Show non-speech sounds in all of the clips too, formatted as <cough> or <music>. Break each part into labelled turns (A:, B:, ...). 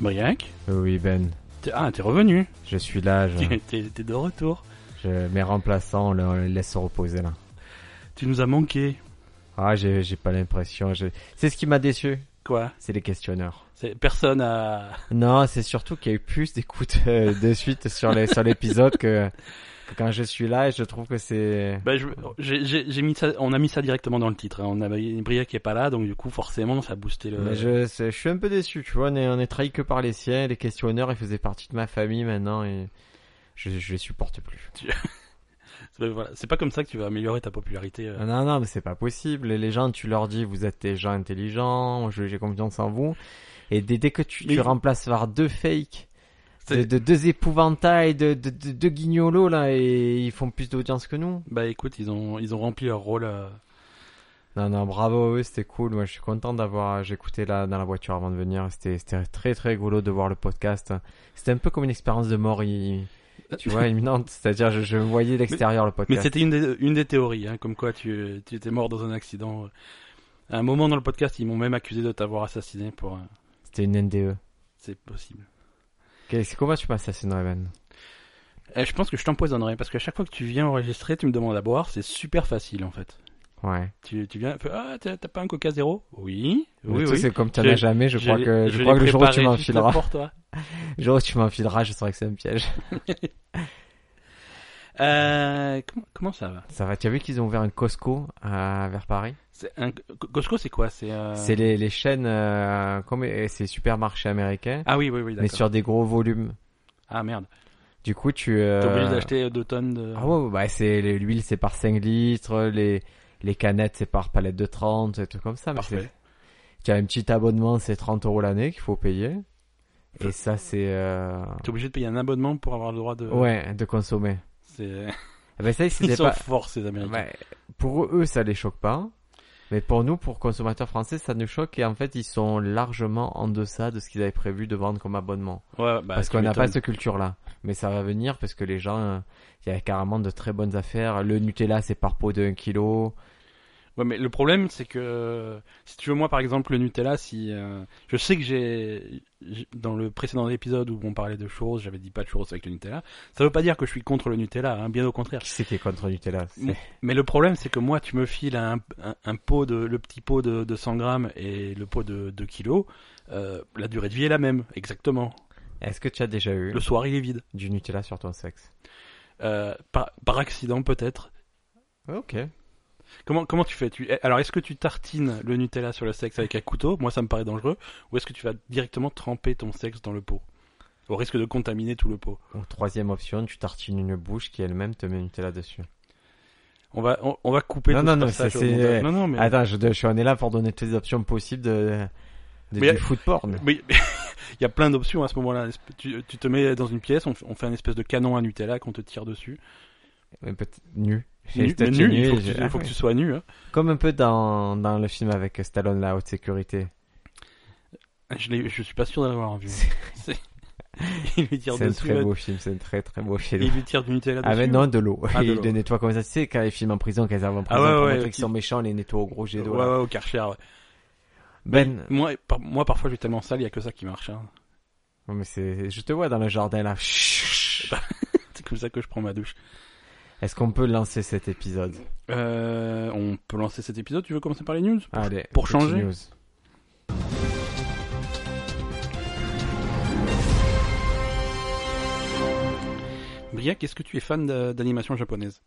A: Briac
B: Oui, Ben,
A: T'es- Ah, t'es revenu.
B: je suis là. Je,
A: <laughs> T'es- T'es t'es de retour.
B: je- mes remplaçants, on le- on les laisse se reposer là.
A: Tu nous as manqué.
B: Ah, j'ai j'ai pas l'impression. je- C'est ce qui m'a déçu,
A: Quoi
B: c'est les questionneurs.
A: C'est- Personne a...
B: Non, c'est surtout qu'il y a eu plus d'écoutes euh, de suite sur les sur l'épisode que, que quand je suis là et je trouve que c'est.
A: Bah, je- j'ai- j'ai j'ai mis ça, on a mis ça directement dans le titre. hein. On a Briac qui est pas là, donc du coup forcément ça a boosté le.
B: Mais je, c'est- je suis un peu déçu, tu vois. On est, on est trahi que par les siens. Les questionneurs, ils faisaient partie de ma famille maintenant et je, je les supporte plus.
A: C'est voilà, c'est pas comme ça que tu vas améliorer ta popularité. euh.
B: Ah Non, non, mais c'est pas possible. Les gens, tu leur dis, vous êtes des gens intelligents, je- j'ai confiance en vous. Et dès, dès que tu,
A: Mais-
B: tu remplaces par deux fakes, de,
A: C'est-
B: de deux épouvantails, de, de, de, de guignolos, là, et ils font plus d'audience que nous.
A: Bah écoute, ils ont ils ont rempli leur rôle. euh.
B: Non, non, bravo à eux, c'était cool. Moi, je suis content d'avoir. J'écoutais là dans la voiture avant de venir. C'était c'était très, très rigolo de voir le podcast. C'était un peu comme une expérience de mort, il- tu
A: <laughs>
B: vois, imminente. C'est-à-dire, je, je voyais l'extérieur, le
A: Mais
B: podcast.
A: c'était une des une des théories, hein, comme quoi tu tu étais mort dans un accident. euh. À un moment dans le podcast, ils m'ont même accusé de t'avoir assassiné pour. un-
B: C'était une NDE.
A: C'est possible.
B: Ok, C'est comment tu m'assassinerais, Ben
A: Eh, je pense que je t'empoisonnerai parce qu'à chaque fois que tu viens enregistrer, tu me demandes à boire. C'est super facile en fait.
B: Ouais.
A: Tu, tu viens, fais, ah t'as t'as pas un coca zéro Oui, oui,
B: Le truc,
A: oui.
B: c'est comme tu
A: Je-
B: n'en as jamais, je crois
A: l'ai-
B: que, je
A: l'ai
B: crois que le jour où tu
A: préparé juste
B: m'enfileras,
A: pour toi.
B: le jour où tu m'enfileras, je saurai que c'est un piège.
A: Euh, comment, comment ça va
B: <laughs> Ça va, tu as vu qu'ils ont ouvert un Costco à, vers Paris?
A: C'est un- Co- Costco, c'est quoi C'est. euh,
B: C'est les, les chaînes, euh, comme, et c'est supermarchés américains,
A: Ah oui, oui, oui,
B: mais
A: d'accord.
B: sur des gros volumes.
A: Ah merde.
B: Du coup, tu, euh,
A: T'es obligé d'acheter 2 tonnes de.
B: Ah ouais, ouais, bah c'est les- l'huile c'est par 5 litres, les les canettes c'est par palette de 30, et tout comme ça. Mais
A: Parfait.
B: c'est- Tu as un petit abonnement, c'est 30 euros l'année qu'il faut payer. Et ça c'est euh,
A: T'es obligé de payer un abonnement pour avoir le droit de.
B: ouais de consommer.
A: <laughs> C'est...
B: Ah bah ça
A: Ils
B: c'était
A: sont
B: pas.
A: forts ces Américains.
B: Ouais, pour eux ça les choque pas, mais pour nous pour consommateurs français ça nous choque et en fait ils sont largement en deçà de ce qu'ils avaient prévu de vendre comme abonnement.
A: Ouais, bah,
B: parce
A: tu
B: qu'on n'a pas
A: m'étonnes.
B: cette culture-là. Mais ça va venir parce que les gens, euh, il y a carrément de très bonnes affaires. Le Nutella, c'est par pot de 1 kilo.
A: Ouais, mais le problème, c'est que si tu veux, moi, par exemple, le Nutella, si euh, je sais que j'ai j'ai- dans le précédent épisode où on parlait de churros, j'avais dit pas de churros avec le Nutella. Ça veut pas dire que je suis contre le Nutella, hein, bien au contraire.
B: Qui c'est qui est contre Nutella C'est-
A: Bon. Mais le problème, c'est que moi, tu me files un, un, un pot de le petit pot de, de 100 grammes et le pot de 2 kilos, euh, la durée de vie est la même, exactement.
B: Est-ce que tu as déjà eu
A: Le soir, il est vide.
B: du Nutella sur ton sexe
A: Euh, par, par accident, peut-être. Ah,
B: Ok.
A: Comment comment tu fais tu, eh, Alors, est-ce que tu tartines le Nutella sur le sexe avec un couteau Moi, ça me paraît dangereux. Ou est-ce que tu vas directement tremper ton sexe dans le pot au risque de contaminer tout le pot.
B: Donc, troisième option, tu tartines une bouche qui elle-même te met Nutella dessus.
A: On va on, on va couper.
B: Non,
A: tout
B: non,
A: ce
B: non,
A: passage
B: ça,
A: au
B: c'est-
A: montage. non, non, mais
B: Attends, je, je suis on est là pour donner toutes les options possibles de, de
A: Mais-
B: du food porn.
A: Oui, <laughs> mais il y a plein d'options à ce moment-là. Tu, tu te mets dans une pièce, on, f- on fait un espèce de canon à Nutella qu'on te tire dessus.
B: Mais peut-être nu. J'ai
A: Nu,
B: les
A: mais nu,
B: statues nues,
A: il faut, que
B: j'ai-
A: tu,
B: ah
A: faut que
B: ouais.
A: tu sois nu. hein.
B: <laughs> Comme un peu dans, dans le film avec Stallone, la haute sécurité.
A: Je, l'ai- je suis pas sûr d'avoir vu. <laughs> C'est- il lui tire
B: C'est un
A: dessus.
B: très
A: là.
B: beau film, c'est un très très beau film.
A: il lui tire du Nutella
B: Ah
A: dessus.
B: mais non, de l'eau. <laughs>
A: Ah, de
B: Ils
A: l'eau. Ah,
B: les nettoient comme ça. Tu sais, quand les films en prison, qu'ils arrivent en prison
A: ouais,
B: pour
A: ouais,
B: montrer
A: le
B: qu'ils sont méchants, les nettoient au gros jet
A: ouais,
B: d'eau.
A: ouais,
B: là.
A: au Karcher. ouais.
B: Ben,
A: Moi, par- moi, parfois, je suis tellement sale, il y a que ça qui marche. hein.
B: non, mais c'est, je te vois dans le
A: <laughs>
B: jardin là. Chut.
A: C'est comme ça que je prends ma douche.
B: Est-ce qu'on peut lancer cet épisode
A: Euh, on peut lancer cet épisode. Tu veux commencer par les news
B: Allez.
A: pour
B: petite
A: changer.
B: news.
A: Briac, est-ce que tu es fan de- d'animation japonaise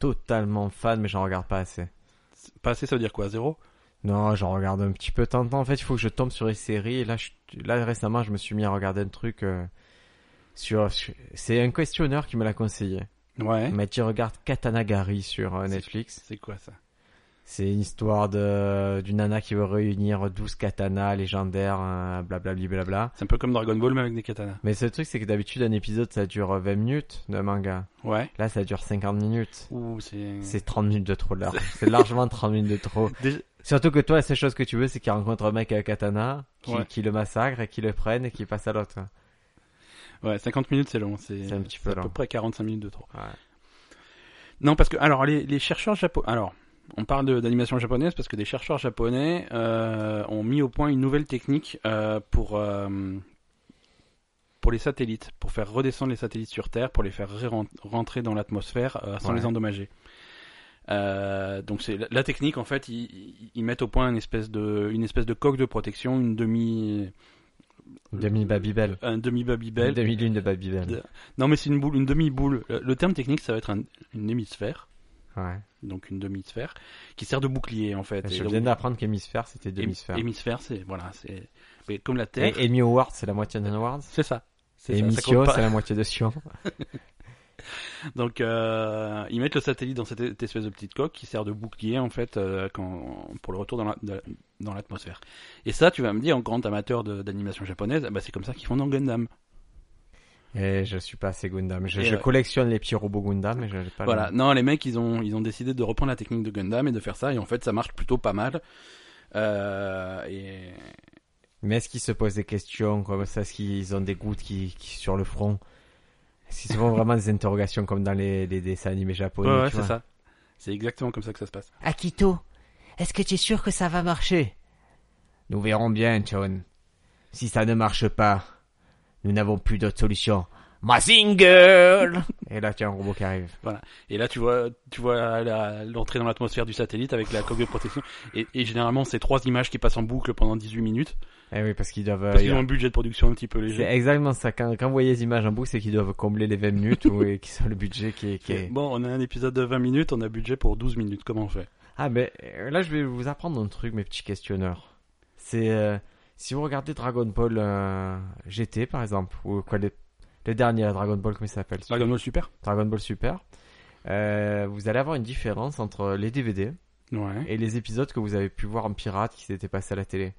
B: Totalement fan, mais j'en regarde pas assez.
A: C'est Pas assez, ça veut dire quoi Zéro
B: Non, j'en regarde un petit peu de temps en temps. En fait, il faut que je tombe sur les séries. Et là, je- là récemment, je me suis mis à regarder un truc euh, sur. sur- C'est un questionneur qui me l'a conseillé.
A: Ouais.
B: Il m'a dit regarde Katanagari sur euh,
A: C'est-
B: Netflix.
A: C'est quoi ça
B: C'est une histoire de d'une nana qui veut réunir 12 katanas légendaires, hein, blablabli blabla.
A: C'est un peu comme Dragon Ball, mais avec des katanas.
B: Mais ce truc, c'est que d'habitude, un épisode, ça dure 20 minutes de manga.
A: Ouais.
B: Là, ça dure 50 minutes.
A: Ouh, c'est.
B: C'est 30 minutes de trop
A: <laughs>
B: là. C'est largement 30 minutes de trop.
A: Déjà-
B: Surtout que toi, la seule chose que tu veux, c'est qu'il rencontre un mec avec un katana, qui,
A: Ouais.
B: qui le massacre et qui le prenne et qui passe à l'autre.
A: Ouais, 50 minutes, c'est long. C'est
B: C'est un petit peu
A: à peu
B: lent.
A: près 45 minutes de trop.
B: Ouais.
A: Non, parce que alors les, les chercheurs japonais. Alors, on parle de- d'animation japonaise parce que des chercheurs japonais euh, ont mis au point une nouvelle technique euh, pour euh, pour les satellites, pour faire redescendre les satellites sur Terre, pour les faire re- rentrer dans l'atmosphère euh, sans
B: Ouais.
A: les endommager. Euh, donc c'est la, la technique en fait, ils- ils, ils mettent au point une espèce de une espèce de coque de protection, une demi
B: Demi Babybel.
A: un demi
B: Une
A: babybel.
B: demi lune Euh, de Babybel.
A: De- Non mais c'est une boule, une demi boule. Le, le terme technique ça va être un- une hémisphère,
B: Ouais.
A: donc une demi sphère qui sert de bouclier en fait. Et
B: Je
A: donc,
B: viens d'apprendre qu'hémisphère c'était
A: hém-
B: demi-sphère.
A: hémisphère, c'est voilà, c'est mais comme la Terre,
B: Et Emmy Awards c'est la moitié d'un awards.
A: c'est ça. C'est
B: Et
A: ça, ça
B: Missio
A: compte pas.
B: c'est la moitié de Sion.
A: <laughs> Donc euh, ils mettent le satellite dans cette cette espèce de petite coque qui sert de bouclier en fait euh, quand, pour le retour dans la- de- dans l'atmosphère. Et ça, tu vas me dire, en grand amateur de- d'animation japonaise, bah, c'est comme ça qu'ils font dans Gundam.
B: Et je suis pas assez Gundam. Je,
A: Et
B: je
A: ouais.
B: collectionne les petits robots Gundam mais je n'ai pas. le-
A: Voilà. Non, les mecs, ils ont ils ont décidé de reprendre la technique de Gundam et de faire ça. Et en fait, ça marche plutôt pas mal. Euh, et
B: Mais est-ce qu'ils se posent des questions comme ça Est-ce qu'ils ont des gouttes qui, qui- sur le front Est-ce qu'ils se font vraiment des interrogations comme dans les, les dessins animés japonais
A: ouais, ouais, c'est
B: tu vois
A: ça. C'est exactement comme ça que ça se passe.
B: Akito, est-ce que tu es sûr que ça va marcher Nous verrons bien, John. Si ça ne marche pas, nous n'avons plus d'autre solution.
A: <laughs>
B: Ma single Et là, tu as un robot qui arrive.
A: Et là, tu vois tu vois la- l'entrée dans l'atmosphère du satellite avec la coque de protection. Et, et généralement, c'est trois images qui passent en boucle pendant 18 minutes
B: Eh oui, parce qu'ils doivent...
A: parce
B: euh,
A: qu'ils ont un budget de production un petit peu léger.
B: C'est exactement ça. Quand, quand vous voyez les images en boucle, c'est qu'ils doivent combler les 20 minutes ou et qui sont le budget qui est... qui
A: <laughs>
B: est-
A: Bon, on a un épisode de 20 minutes, on a budget pour 12 minutes, comment on fait
B: Ah, mais euh, là, je vais vous apprendre un truc, mes petits questionneurs. C'est... euh, si vous regardez Dragon Ball euh, GT, par exemple, ou quoi, les- le dernier, là, Dragon Ball, comment il s'appelle celui-là
A: Dragon Ball Super
B: Dragon Ball Super, euh, vous allez avoir une différence entre les DVD
A: Ouais.
B: et les épisodes que vous avez pu voir en pirate qui s'étaient passés à la télé.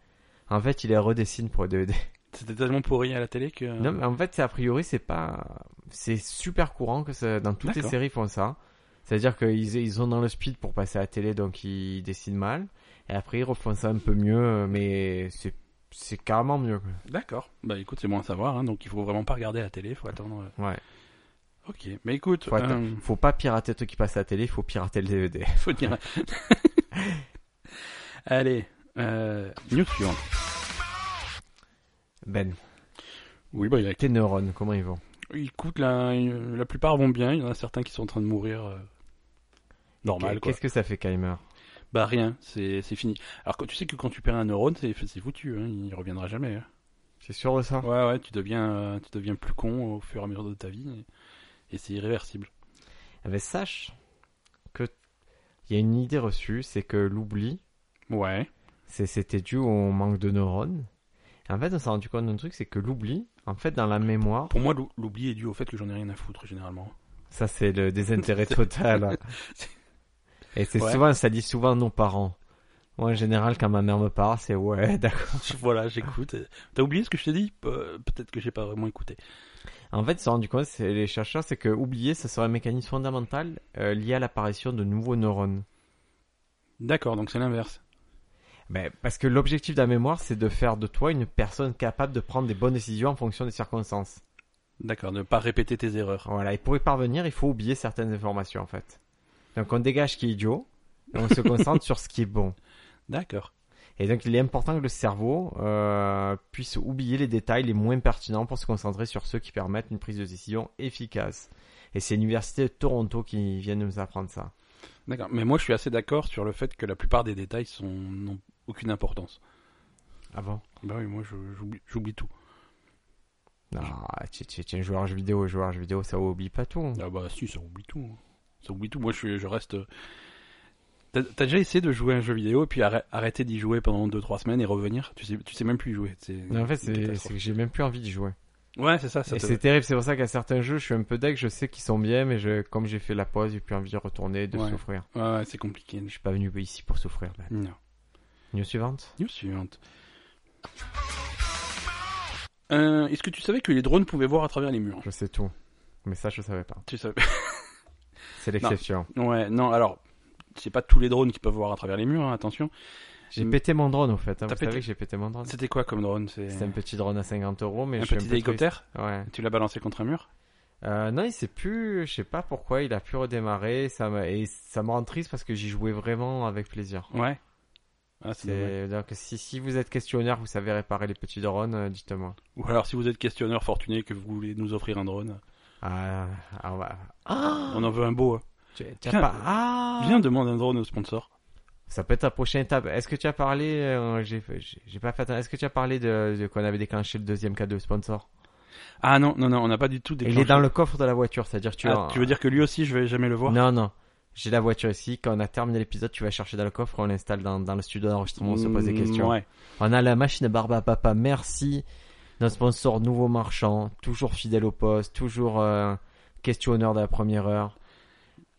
B: En fait, il les redessine pour les DVD.
A: C'était tellement pourri à la télé que...
B: Non, mais en fait, c'est a priori, c'est pas, c'est super courant que ça- dans toutes les
A: D'accord.
B: séries ils font ça. C'est-à-dire qu'ils ils sont dans le speed pour passer à la télé, donc ils dessinent mal. Et après, ils refont ça un peu mieux, mais c'est c'est carrément mieux. quoi.
A: D'accord. Bah écoute, c'est bon à savoir, hein, donc il faut vraiment pas regarder la télé, faut attendre... euh,
B: Ouais.
A: Ok, mais écoute,
B: Faut, atta-
A: euh, <laughs>
B: faut pas pirater tout qui passe à la télé, il faut pirater le DVD.
A: faut
B: <laughs>
A: dire... Allez, euh, news suivante.
B: Ben,
A: Oui, bah il y a-
B: tes neurones, comment ils vont
A: Écoute, la, la plupart vont bien, il y en a certains qui sont en train de mourir... euh, Normal, quoi.
B: Qu'est-ce que ça fait, Keimer
A: Bah rien, c'est c'est fini. Alors que tu sais que quand tu perds un neurone, c'est c'est foutu, hein, il reviendra jamais. hein.
B: C'est sûr de ça
A: Ouais, ouais, tu deviens, euh, tu deviens plus con au fur et à mesure de ta vie et, et c'est irréversible.
B: Eh ben, sache que il y a une idée reçue, c'est que l'oubli,
A: Ouais.
B: c'est- c'était dû au manque de neurones. Et en fait, on s'est rendu compte d'un truc, c'est que l'oubli, en fait, dans la mémoire,
A: Pour moi, l'ou- l'oubli est dû au fait que j'en ai rien à foutre généralement. <laughs>
B: ça c'est le désintérêt total.
A: c'est-
B: Et c'est
A: Ouais.
B: souvent, ça dit souvent nos parents. Moi, en général, quand ma mère me parle, c'est ouais, <laughs> d'accord.
A: voilà, j'écoute. euh, T'as oublié ce que je t'ai dit Pe- Peut-être que j'ai pas vraiment écouté.
B: En fait, ils se sont rendu compte, c'est- les chercheurs, c'est que oublier, ça serait un mécanisme fondamental euh, lié à l'apparition de nouveaux neurones.
A: D'accord, donc c'est l'inverse.
B: Ben, parce que l'objectif de la mémoire, c'est de faire de toi une personne capable de prendre des bonnes décisions en fonction des circonstances.
A: D'accord, ne pas répéter tes erreurs.
B: Voilà, et pour y parvenir, il faut oublier certaines informations en fait. Donc on dégage ce qui est idiot, et <laughs> on se concentre sur ce qui est bon.
A: D'accord.
B: Et donc il est important que le cerveau euh, puisse oublier les détails les moins pertinents pour se concentrer sur ceux qui permettent une prise de décision efficace. Et c'est l'université de Toronto qui vient de nous apprendre ça.
A: D'accord, mais moi je suis assez d'accord sur le fait que la plupart des détails sont n'ont aucune importance.
B: Avant
A: Bah oui, moi je- j'oublie j'oublie tout.
B: Non, ah, tu tu- tu es un joueur de jeux vidéo, joueur de jeux vidéo, ça oublie pas tout.
A: Ah bah si, ça oublie tout. hein. Ça oublie tout. Moi, je, suis- je reste. T'as t'as déjà essayé de jouer à un jeu vidéo et puis arrê- arrêter d'y jouer pendant 2-3 semaines et revenir Tu sais, tu sais même plus y jouer. c'est-
B: Mais en fait,
A: une
B: c'est c'est
A: catastrophe.
B: que j'ai même plus envie d'y jouer.
A: Ouais, c'est ça. ça
B: Et
A: te-
B: c'est terrible, c'est pour ça qu'à certains jeux, je suis un peu deck, je sais qu'ils sont bien, mais je, comme j'ai fait la pause, j'ai plus envie de retourner, de
A: Ouais.
B: souffrir.
A: Ouais, ouais, c'est compliqué.
B: Je suis pas venu ici pour souffrir. Ben.
A: Non.
B: News suivante
A: News suivante. Euh, Est-ce que tu savais que les drones pouvaient voir à travers les murs
B: Je sais tout. Mais ça, je savais pas.
A: Tu savais
B: C'est l'exception.
A: Ouais, non, alors. C'est pas tous les drones qui peuvent voir à travers les murs, hein, attention.
B: J'ai
A: Mm.
B: pété mon drone, au fait. hein. Vous
A: T'as pété-
B: savez que j'ai pété mon drone
A: C'était quoi comme drone C'est
B: C'était un petit drone à 50 euros, mais
A: un
B: je suis un
A: petit
B: peu
A: hélicoptère
B: triste. Ouais.
A: Tu l'as balancé contre un mur
B: Euh, non, il s'est plus... Je sais pas pourquoi, il a pu redémarrer, ça me... et ça me rend triste parce que j'y jouais vraiment avec plaisir.
A: Ouais. Ah, c'est dommage.
B: C'est donc si, si vous êtes questionnaire, vous savez réparer les petits drones, euh, dites-moi.
A: Ou alors, si vous êtes questionneur fortuné et que vous voulez nous offrir un drone,
B: Ah, ah, ouais.
A: on en veut un beau. hein.
B: Tu- tu as
A: Tiens,
B: pas- Ah
A: Viens, demande un drone au sponsor.
B: Ça peut être la prochaine étape. Est-ce que tu as parlé euh, J'ai j'ai- j'ai pas fait. attention. Est-ce que tu as parlé de, de qu'on avait déclenché le deuxième cadeau sponsor
A: Ah non, non, non, on n'a pas du tout
B: Il
A: déclenché.
B: est dans le coffre de la voiture, c'est-à-dire tu.
A: Ah,
B: as-
A: tu veux dire que lui aussi, je vais jamais le voir
B: Non, non. J'ai la voiture ici. Quand on a terminé l'épisode, tu vas chercher dans le coffre, on l'installe dans, dans le studio d'enregistrement, on se pose des
A: Mm,
B: questions.
A: Ouais.
B: On a la machine à barbe à papa, merci. Notre sponsor, nouveau marchand, toujours fidèle au poste, toujours euh, questionneur de la première heure.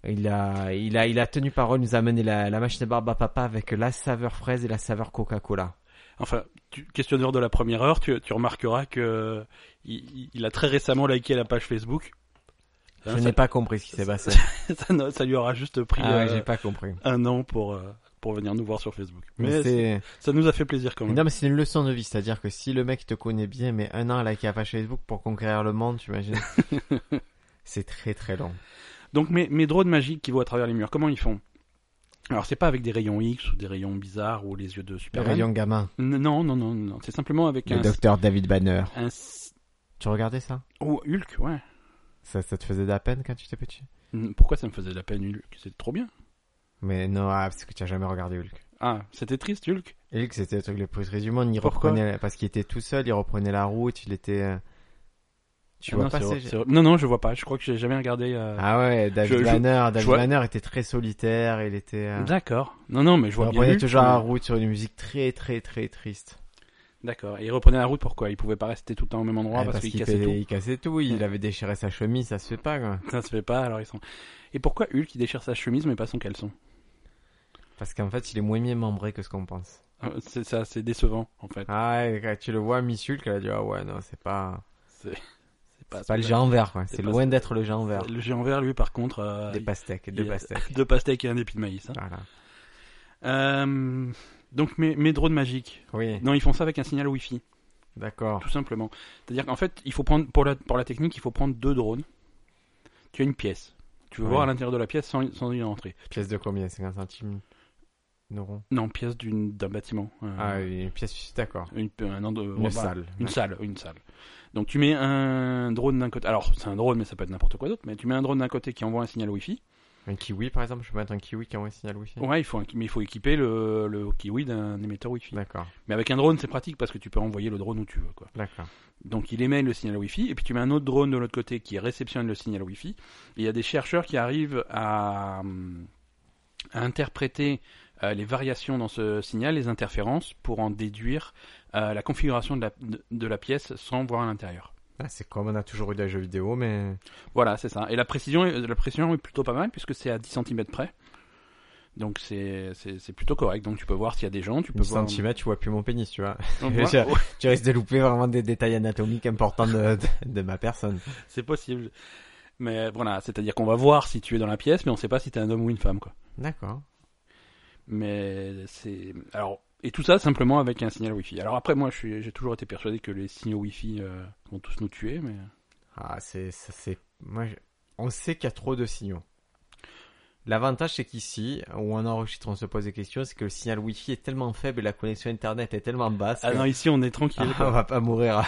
B: Il a, il a, il a tenu parole, il nous a amené la, la machine à barbe à papa avec la saveur fraise et la saveur Coca-Cola.
A: Enfin, tu, questionneur de la première heure, tu, tu remarqueras que euh, il, il a très récemment liké la page Facebook.
B: Je
A: Hein,
B: n'ai
A: ça,
B: pas compris ce qui s'est <laughs> passé.
A: <laughs> ça ne- ça lui aura juste pris
B: Ah Ah, ouais,
A: euh,
B: j'ai pas compris.
A: un an pour euh, pour venir nous voir sur Facebook.
B: Mais
A: Mais
B: c'est,
A: ça nous a fait plaisir quand même.
B: non, mais c'est une leçon de vie, c'est-à-dire que si le mec te connaît bien, mais un an à liker la page Facebook pour conquérir le monde, tu <laughs> imagines C'est très très long.
A: Donc mes, mes drones magiques qui voient à travers les murs, comment ils font Alors c'est pas avec des rayons X ou des rayons bizarres ou les yeux de
B: Le
A: Superman.
B: rayon gamin,
A: N- Non, non, non, non. C'est simplement avec
B: le
A: un,
B: docteur David Banner.
A: un s-
B: Tu regardais ça
A: Oh, Hulk, ouais.
B: Ça, ça te faisait de la peine quand tu étais petit
A: N- Pourquoi ça me faisait de la peine Hulk C'était trop bien.
B: Mais non, ah, parce que tu as jamais regardé Hulk.
A: Ah, c'était triste Hulk.
B: Hulk, c'était le truc le plus triste du monde. Il
A: Pourquoi
B: reprenait, parce qu'il était tout seul, il reprenait la route, il était. euh, Tu
A: Ah
B: vois
A: non,
B: pas
A: c'est
B: ces-
A: vrai, c'est vrai. Non, non, je vois pas. Je crois que j'ai jamais regardé. euh,
B: Ah ouais, David
A: Je- je-
B: Banner, David
A: vois-
B: Banner était très solitaire, il était. euh,
A: D'accord. Non, non, mais je
B: Il
A: vois bien.
B: reprenait
A: Hulk,
B: toujours
A: mais-
B: la route sur une musique très très très triste.
A: D'accord. Et il reprenait la route pourquoi Il pouvait pas rester tout le temps au même endroit
B: Ah,
A: parce, qu'il cassait
B: payait- il cassait tout, il avait déchiré sa chemise, ça se fait pas quoi.
A: tout. <laughs> Ça se fait pas. Alors ils sont. Et pourquoi Hulk il déchire sa chemise mais pas son caleçon
B: Parce qu'en fait, il est moins bien membré que ce qu'on pense.
A: Ah, C'est ça, c'est décevant en fait.
B: Ah, et quand tu le vois, Miss Hulk, elle a dit Ah ouais, non, c'est pas.
A: C'est c'est
B: C'est pas le
A: super.
B: géant vert, quoi.
A: C'est
B: C'est
A: pas
B: loin
A: ça.
B: d'être le géant vert.
A: Le géant vert, Euh, lui, par contre, euh,
B: Des
A: il-
B: pastèques, des
A: il-
B: <laughs> pastèques.
A: deux pastèques et un épi de maïs. hein.
B: Voilà.
A: Euh, donc mes, mes drones magiques.
B: Oui,
A: Non, ils font ça avec un signal Wi-Fi,
B: d'accord.
A: tout simplement. C'est-à-dire qu'en fait, il faut prendre pour la, pour la technique, il faut prendre deux drones. Tu as une pièce. Tu veux
B: Ouais.
A: voir à l'intérieur de la pièce sans, y- sans y entrer.
B: Pièce de combien 50 centimes d'euros
A: Non, pièce d'une- d'un bâtiment. Un-
B: Ah, une pièce, d'accord.
A: une, un endroit-
B: Une
A: bah,
B: salle.
A: Une salle, une salle. Donc tu mets un drone d'un côté. Alors c'est un drone, mais ça peut être n'importe quoi d'autre. Mais tu mets un drone d'un côté qui envoie un signal Wi-Fi.
B: Un kiwi, par exemple, je peux mettre un kiwi qui envoie un signal wifi
A: Ouais, il faut, un- mais il faut équiper le, le kiwi d'un émetteur Wi-Fi.
B: D'accord,
A: Mais avec un drone, c'est pratique parce que tu peux envoyer le drone où tu veux. Quoi.
B: d'accord.
A: Donc il émet le signal Wi-Fi, et puis tu mets un autre drone de l'autre côté qui réceptionne le signal Wi-Fi. Et il y a des chercheurs qui arrivent à, hum, à interpréter euh, les variations dans ce signal, les interférences, pour en déduire euh, la configuration de la, de- de la pièce sans voir à l'intérieur.
B: Ah, c'est comme on a toujours eu des jeux vidéo, mais.
A: Voilà, c'est ça. Et la précision, est- la précision est plutôt pas mal puisque c'est à 10 cm près. Donc c'est c'est c'est plutôt correct. Donc tu peux voir s'il y a des gens, tu peux
B: 10
A: voir.
B: centimètres, tu vois plus mon pénis, tu vois. <laughs>
A: On
B: Je
A: voit-
B: sais. tu risques de louper vraiment des détails anatomiques importants de, de, de ma personne.
A: c'est possible. Mais voilà, c'est-à-dire qu'on va voir si tu es dans la pièce, mais on sait pas si t'es un homme ou une femme, quoi.
B: D'accord.
A: Mais c'est alors et tout ça simplement avec un signal Wi-Fi. Alors après moi, je suis- j'ai toujours été persuadé que les signaux Wi-Fi euh, vont tous nous tuer, mais
B: Ah, c'est, ça, c'est, moi, je- on sait qu'il y a trop de signaux. L'avantage, c'est qu'ici, où on enregistre, on se pose des questions, c'est que le signal Wi-Fi est tellement faible et la connexion Internet est tellement basse.
A: ah
B: que-
A: non, ici on est tranquille.
B: Ah, <laughs> on va pas mourir.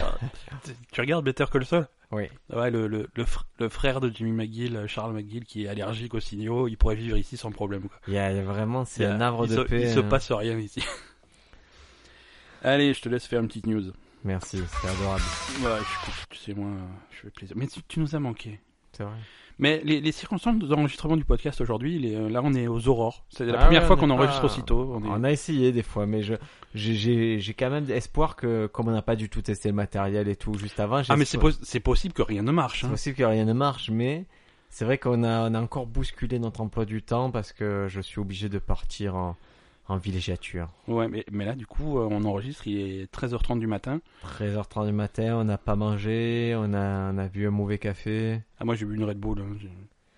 A: Tu- tu regardes Better Call Saul
B: Oui.
A: Ouais, le, le, le, fr- le frère de Jimmy McGill, euh, Charles McGill, qui est allergique aux signaux, il pourrait vivre ici sans problème. Quoi.
B: Il y a, il y a vraiment, c'est
A: Il y a-
B: un arbre
A: il
B: de
A: se,
B: paix.
A: Il se
B: hein.
A: passe rien ici. <laughs> Allez, je te laisse faire une petite news.
B: Merci, c'est adorable.
A: Ouais, je, tu sais, moi, je fais plaisir. Mais tu, tu nous as manqué.
B: C'est vrai.
A: Mais les, les circonstances d'enregistrement du podcast aujourd'hui, les- euh, là, on est aux aurores. C'est la
B: Ah
A: première
B: ouais,
A: fois
B: on
A: qu'on
B: est
A: enregistre
B: pas-
A: aussitôt. On est-
B: On a essayé des fois, mais je, j'ai, j'ai, j'ai quand même espoir que, comme on n'a pas du tout testé le matériel et tout juste avant, j'ai
A: Ah, mais c'est,
B: espoir-
A: pos- c'est possible que rien ne marche.
B: C'est
A: hein.
B: possible que rien ne marche, mais c'est vrai qu'on a, on a encore bousculé notre emploi du temps parce que je suis obligé de partir en, en villégiature.
A: Ouais, mais, mais là, du coup, euh, on enregistre, il est 13h30 du matin.
B: 13h30 du matin, on n'a pas mangé, on a, on a bu un mauvais café.
A: Ah, moi, j'ai bu une Red Bull. hein. J'ai-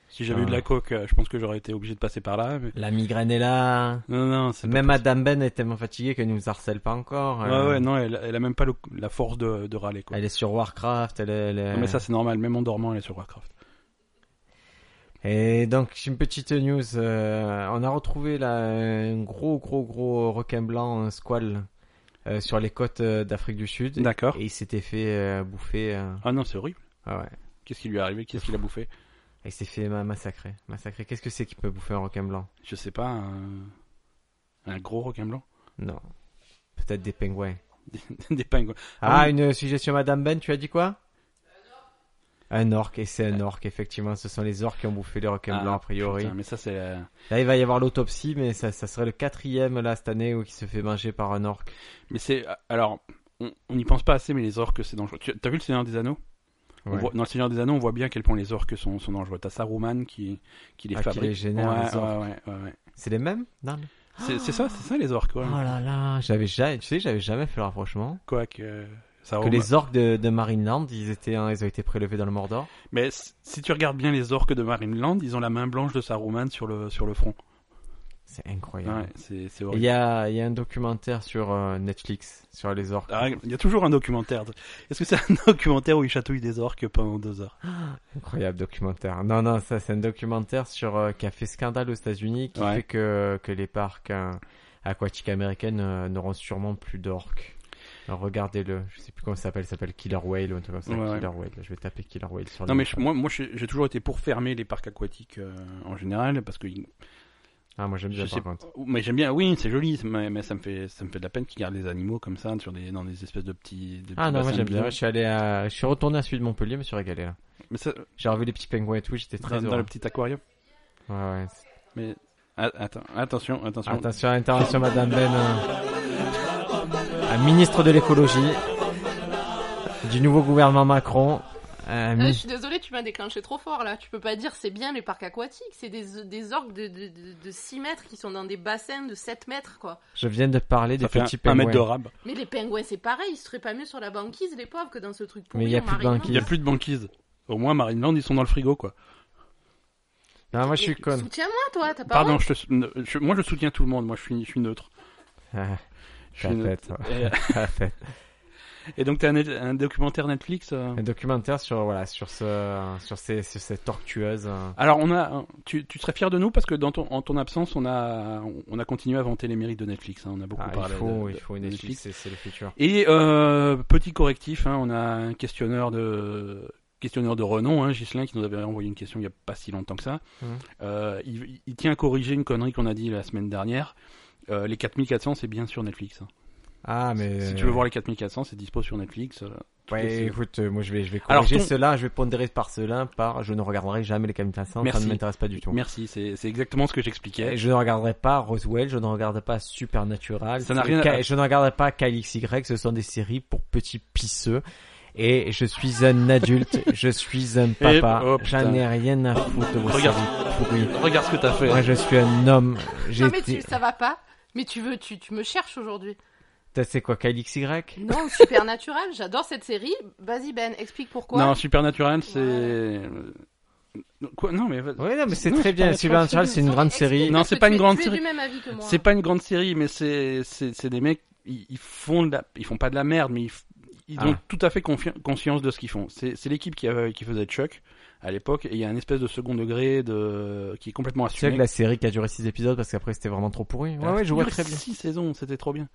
A: Si j'avais
B: Ah.
A: eu de la coke, euh, je pense que j'aurais été obligé de passer par là. mais-
B: La migraine est là.
A: Non, non, c'est
B: Même
A: pas
B: Madame Ben est tellement fatiguée qu'elle nous harcèle pas encore.
A: possible.
B: Euh,
A: Ouais, ouais, non, elle, elle a même pas le- la force de, de râler, quoi.
B: Elle est sur Warcraft, elle est... elle est-
A: Non, Mais ça, c'est normal, même en dormant, elle est sur Warcraft.
B: Et donc, j'ai une petite news. euh, on a retrouvé là un gros, gros, gros requin blanc, un squal, euh, sur les côtes euh, d'Afrique du Sud.
A: D'accord.
B: Et il s'était fait euh, bouffer. euh,
A: Ah non, c'est horrible.
B: ah ouais.
A: Qu'est-ce qui lui est arrivé Qu'est-ce qu'il a bouffé
B: Et il s'est fait ma- massacrer. Massacrer. Qu'est-ce que c'est qui peut bouffer un requin blanc
A: Je sais pas. Un, un gros requin blanc <laughs>
B: Non. Peut-être des pingouins.
A: Des, des pingouins. Ah
B: Ah,
A: oui.
B: une suggestion, Madame Ben, tu as dit quoi Un orque, et c'est un orque, effectivement. Ce sont les orques qui ont bouffé les requins
A: Ah,
B: blancs, a priori.
A: putain, mais ça, c'est. euh, la-
B: Là, il va y avoir l'autopsie, mais ça, ça serait le quatrième, là, cette année, où il se fait manger par un orque.
A: Mais c'est. euh, Alors, on on n'y pense pas assez, mais les orques, c'est dangereux. Tu as vu le Seigneur des Anneaux On
B: Ouais.
A: voit- dans le Seigneur des Anneaux, on voit bien à quel point les orques sont, sont dangereux. T'as Saruman qui, qui les
B: Ah, qui
A: fabrique.
B: les génère,
A: Ouais,
B: les orques.
A: ouais, ouais, ouais, ouais.
B: C'est les mêmes Dan
A: C'est c'est ça, c'est ça les orques. Ouais.
B: Oh là là, j'avais jamais, tu sais, j'avais jamais fait le rapprochement.
A: Quoi que euh,
B: Que
A: Saruman.
B: les orques de, de Marineland, ils étaient, hein, ils ont été prélevés dans le Mordor.
A: Mais si si tu regardes bien les orques de Marineland, ils ont la main blanche de Saruman sur le sur le front.
B: C'est incroyable.
A: Ouais, c'est c'est
B: Et Il
A: horrible.
B: y a, il y a un documentaire sur euh, Netflix sur les orques.
A: Ah, Il y a toujours un documentaire. Est-ce que c'est un <laughs> documentaire où ils chatouillent des orques pendant deux heures
B: Incroyable documentaire. Non, non, ça c'est un documentaire sur euh, qui a fait scandale aux États-Unis, qui
A: Ouais.
B: fait que que les parcs euh, aquatiques américaines euh, n'auront sûrement plus d'orques. Alors, Regardez-le. Je sais plus comment ça s'appelle. Ça s'appelle Killer Whale ou un truc comme ça.
A: Ouais, ouais.
B: Killer Whale. Je vais taper Killer Whale sur.
A: Non
B: le-
A: mais je- moi moi j'ai j'ai toujours été pour fermer les parcs aquatiques euh, en général parce que ils-
B: Ah, moi j'aime bien.
A: je
B: Par
A: sais
B: contre.
A: mais j'aime bien oui c'est joli mais, mais ça me fait ça me fait de la peine qu'ils gardent les animaux comme ça sur des dans des espèces de petits, de petits
B: Ah non, moi
A: bassins
B: j'aime
A: de
B: bien.
A: bidons.
B: Je suis allé à... Je suis retourné à celui de Montpellier, je me suis régalé là.
A: Mais ça,
B: J'ai revu les petits pingouins et tout, j'étais très
A: dans, dans
B: heureux.
A: le petit aquarium.
B: Ouais, ouais.
A: Mais ah, attends attention attention.
B: Attention à l'intervention Madame Ben. euh, Un ministre de l'écologie. Du nouveau gouvernement Macron. Un
C: Euh, je
B: mi-
C: suis désolée, tu m'as déclenché trop fort là. Tu peux pas dire c'est bien les parcs aquatiques, c'est des, des orques de, de, de, de 6 mètres qui sont dans des bassins de 7 mètres quoi.
B: Je viens de parler
A: ça
B: des
A: fait
B: petits
A: un, un mètre de
B: pingouins.
A: rab.
C: Mais les pingouins c'est pareil, ils seraient pas mieux sur la banquise les pauvres que dans ce truc pourri.
B: Mais y a
C: en
B: plus de
C: Marineland.
B: banquise.
A: Il y a plus de banquise. Au moins Marineland ils sont dans le frigo quoi.
B: Non, moi je
C: Mais
B: suis con.
C: Soutiens-moi toi, t'as pas
A: Pardon,
C: honte
A: je te- je- moi je soutiens tout le monde, moi je suis, je suis neutre.
B: Ah,
A: Je
B: t'as
A: suis neutre.
B: fait, ouais.
A: euh,
B: <laughs> T'as fait.
A: <laughs> Et donc t'as un, un documentaire Netflix euh.
B: Un documentaire sur voilà sur ce sur ces sur cette tortueuse. euh.
A: Alors on a, tu, tu serais fier de nous parce que dans ton, en ton absence on a, on a continué à vanter les mérites de Netflix. hein. On a beaucoup
B: Ah, il
A: parlé
B: faut
A: de-
B: il
A: de-
B: faut une
A: de
B: Netflix, c'est- c'est le futur.
A: Et euh, petit correctif, hein, on a un questionneur de questionneur de renom, hein, Ghislain, qui nous avait envoyé une question il n'y a pas si longtemps que ça.
B: Mhm.
A: Euh, il, il tient à corriger une connerie qu'on a dit la semaine dernière. Euh, les 4400, c'est bien sur Netflix. hein.
B: Ah mais
A: Si tu veux voir les 4400, c'est dispo sur Netflix. euh, toutes les
B: Ouais,
A: saisons.
B: écoute, euh, moi je vais, je vais
A: Alors,
B: corriger
A: ton-
B: cela, je vais pondérer par cela, par je ne regarderai jamais les Camille Vincent, ça
A: Merci.
B: ne m'intéresse pas du tout.
A: Merci, c'est c'est exactement ce que
B: Et
A: j'expliquais.
B: Je ne regarderai pas Roswell, je ne regarderai pas Supernatural,
A: Ça n'a rien à-
B: Ca- je ne regarderai pas KXY, ce sont des séries pour petits pisseux. Et je suis un <laughs> adulte, je suis un papa,
A: oh,
B: j'en ai
A: putain.
B: rien à foutre de vos
A: Regarde.
B: séries pourries.
A: Regarde ce que t'as fait.
B: Moi je suis un homme,
C: Non mais
B: j'étais...
C: tu, ça va pas. Mais tu veux, tu, tu me cherches aujourd'hui.
B: T'as- C'est quoi KXY
C: Non, Supernatural, j'adore cette série. Vas-y Ben, explique pourquoi.
A: non, Supernatural, c'est. euh, Quoi Non, mais.
B: Oui, non, mais c'est
A: Non,
B: très
A: je
B: bien,
A: parlais pas
B: Supernatural
A: de
B: c'est une grande série.
A: Non,
C: parce
A: c'est
C: que
A: pas
C: tu
A: une
C: es-
A: grande
C: tu es
A: série.
C: du même avis que moi.
A: C'est pas une grande série, mais c'est c'est c'est des mecs, ils, ils font de la, ils font pas de la merde, mais ils, f- ils ont
B: Ah.
A: tout à fait confi- conscience de ce qu'ils font. C'est c'est l'équipe qui avait, qui faisait Chuck à l'époque, et il y a un espèce de second degré de qui est complètement
B: Tu sais
A: assumé.
B: que la série qui a duré 6 épisodes parce qu'après c'était vraiment trop pourri. Ouais, ouais, je vois
A: Il y a
B: très bien.
A: Six saisons, c'était trop bien.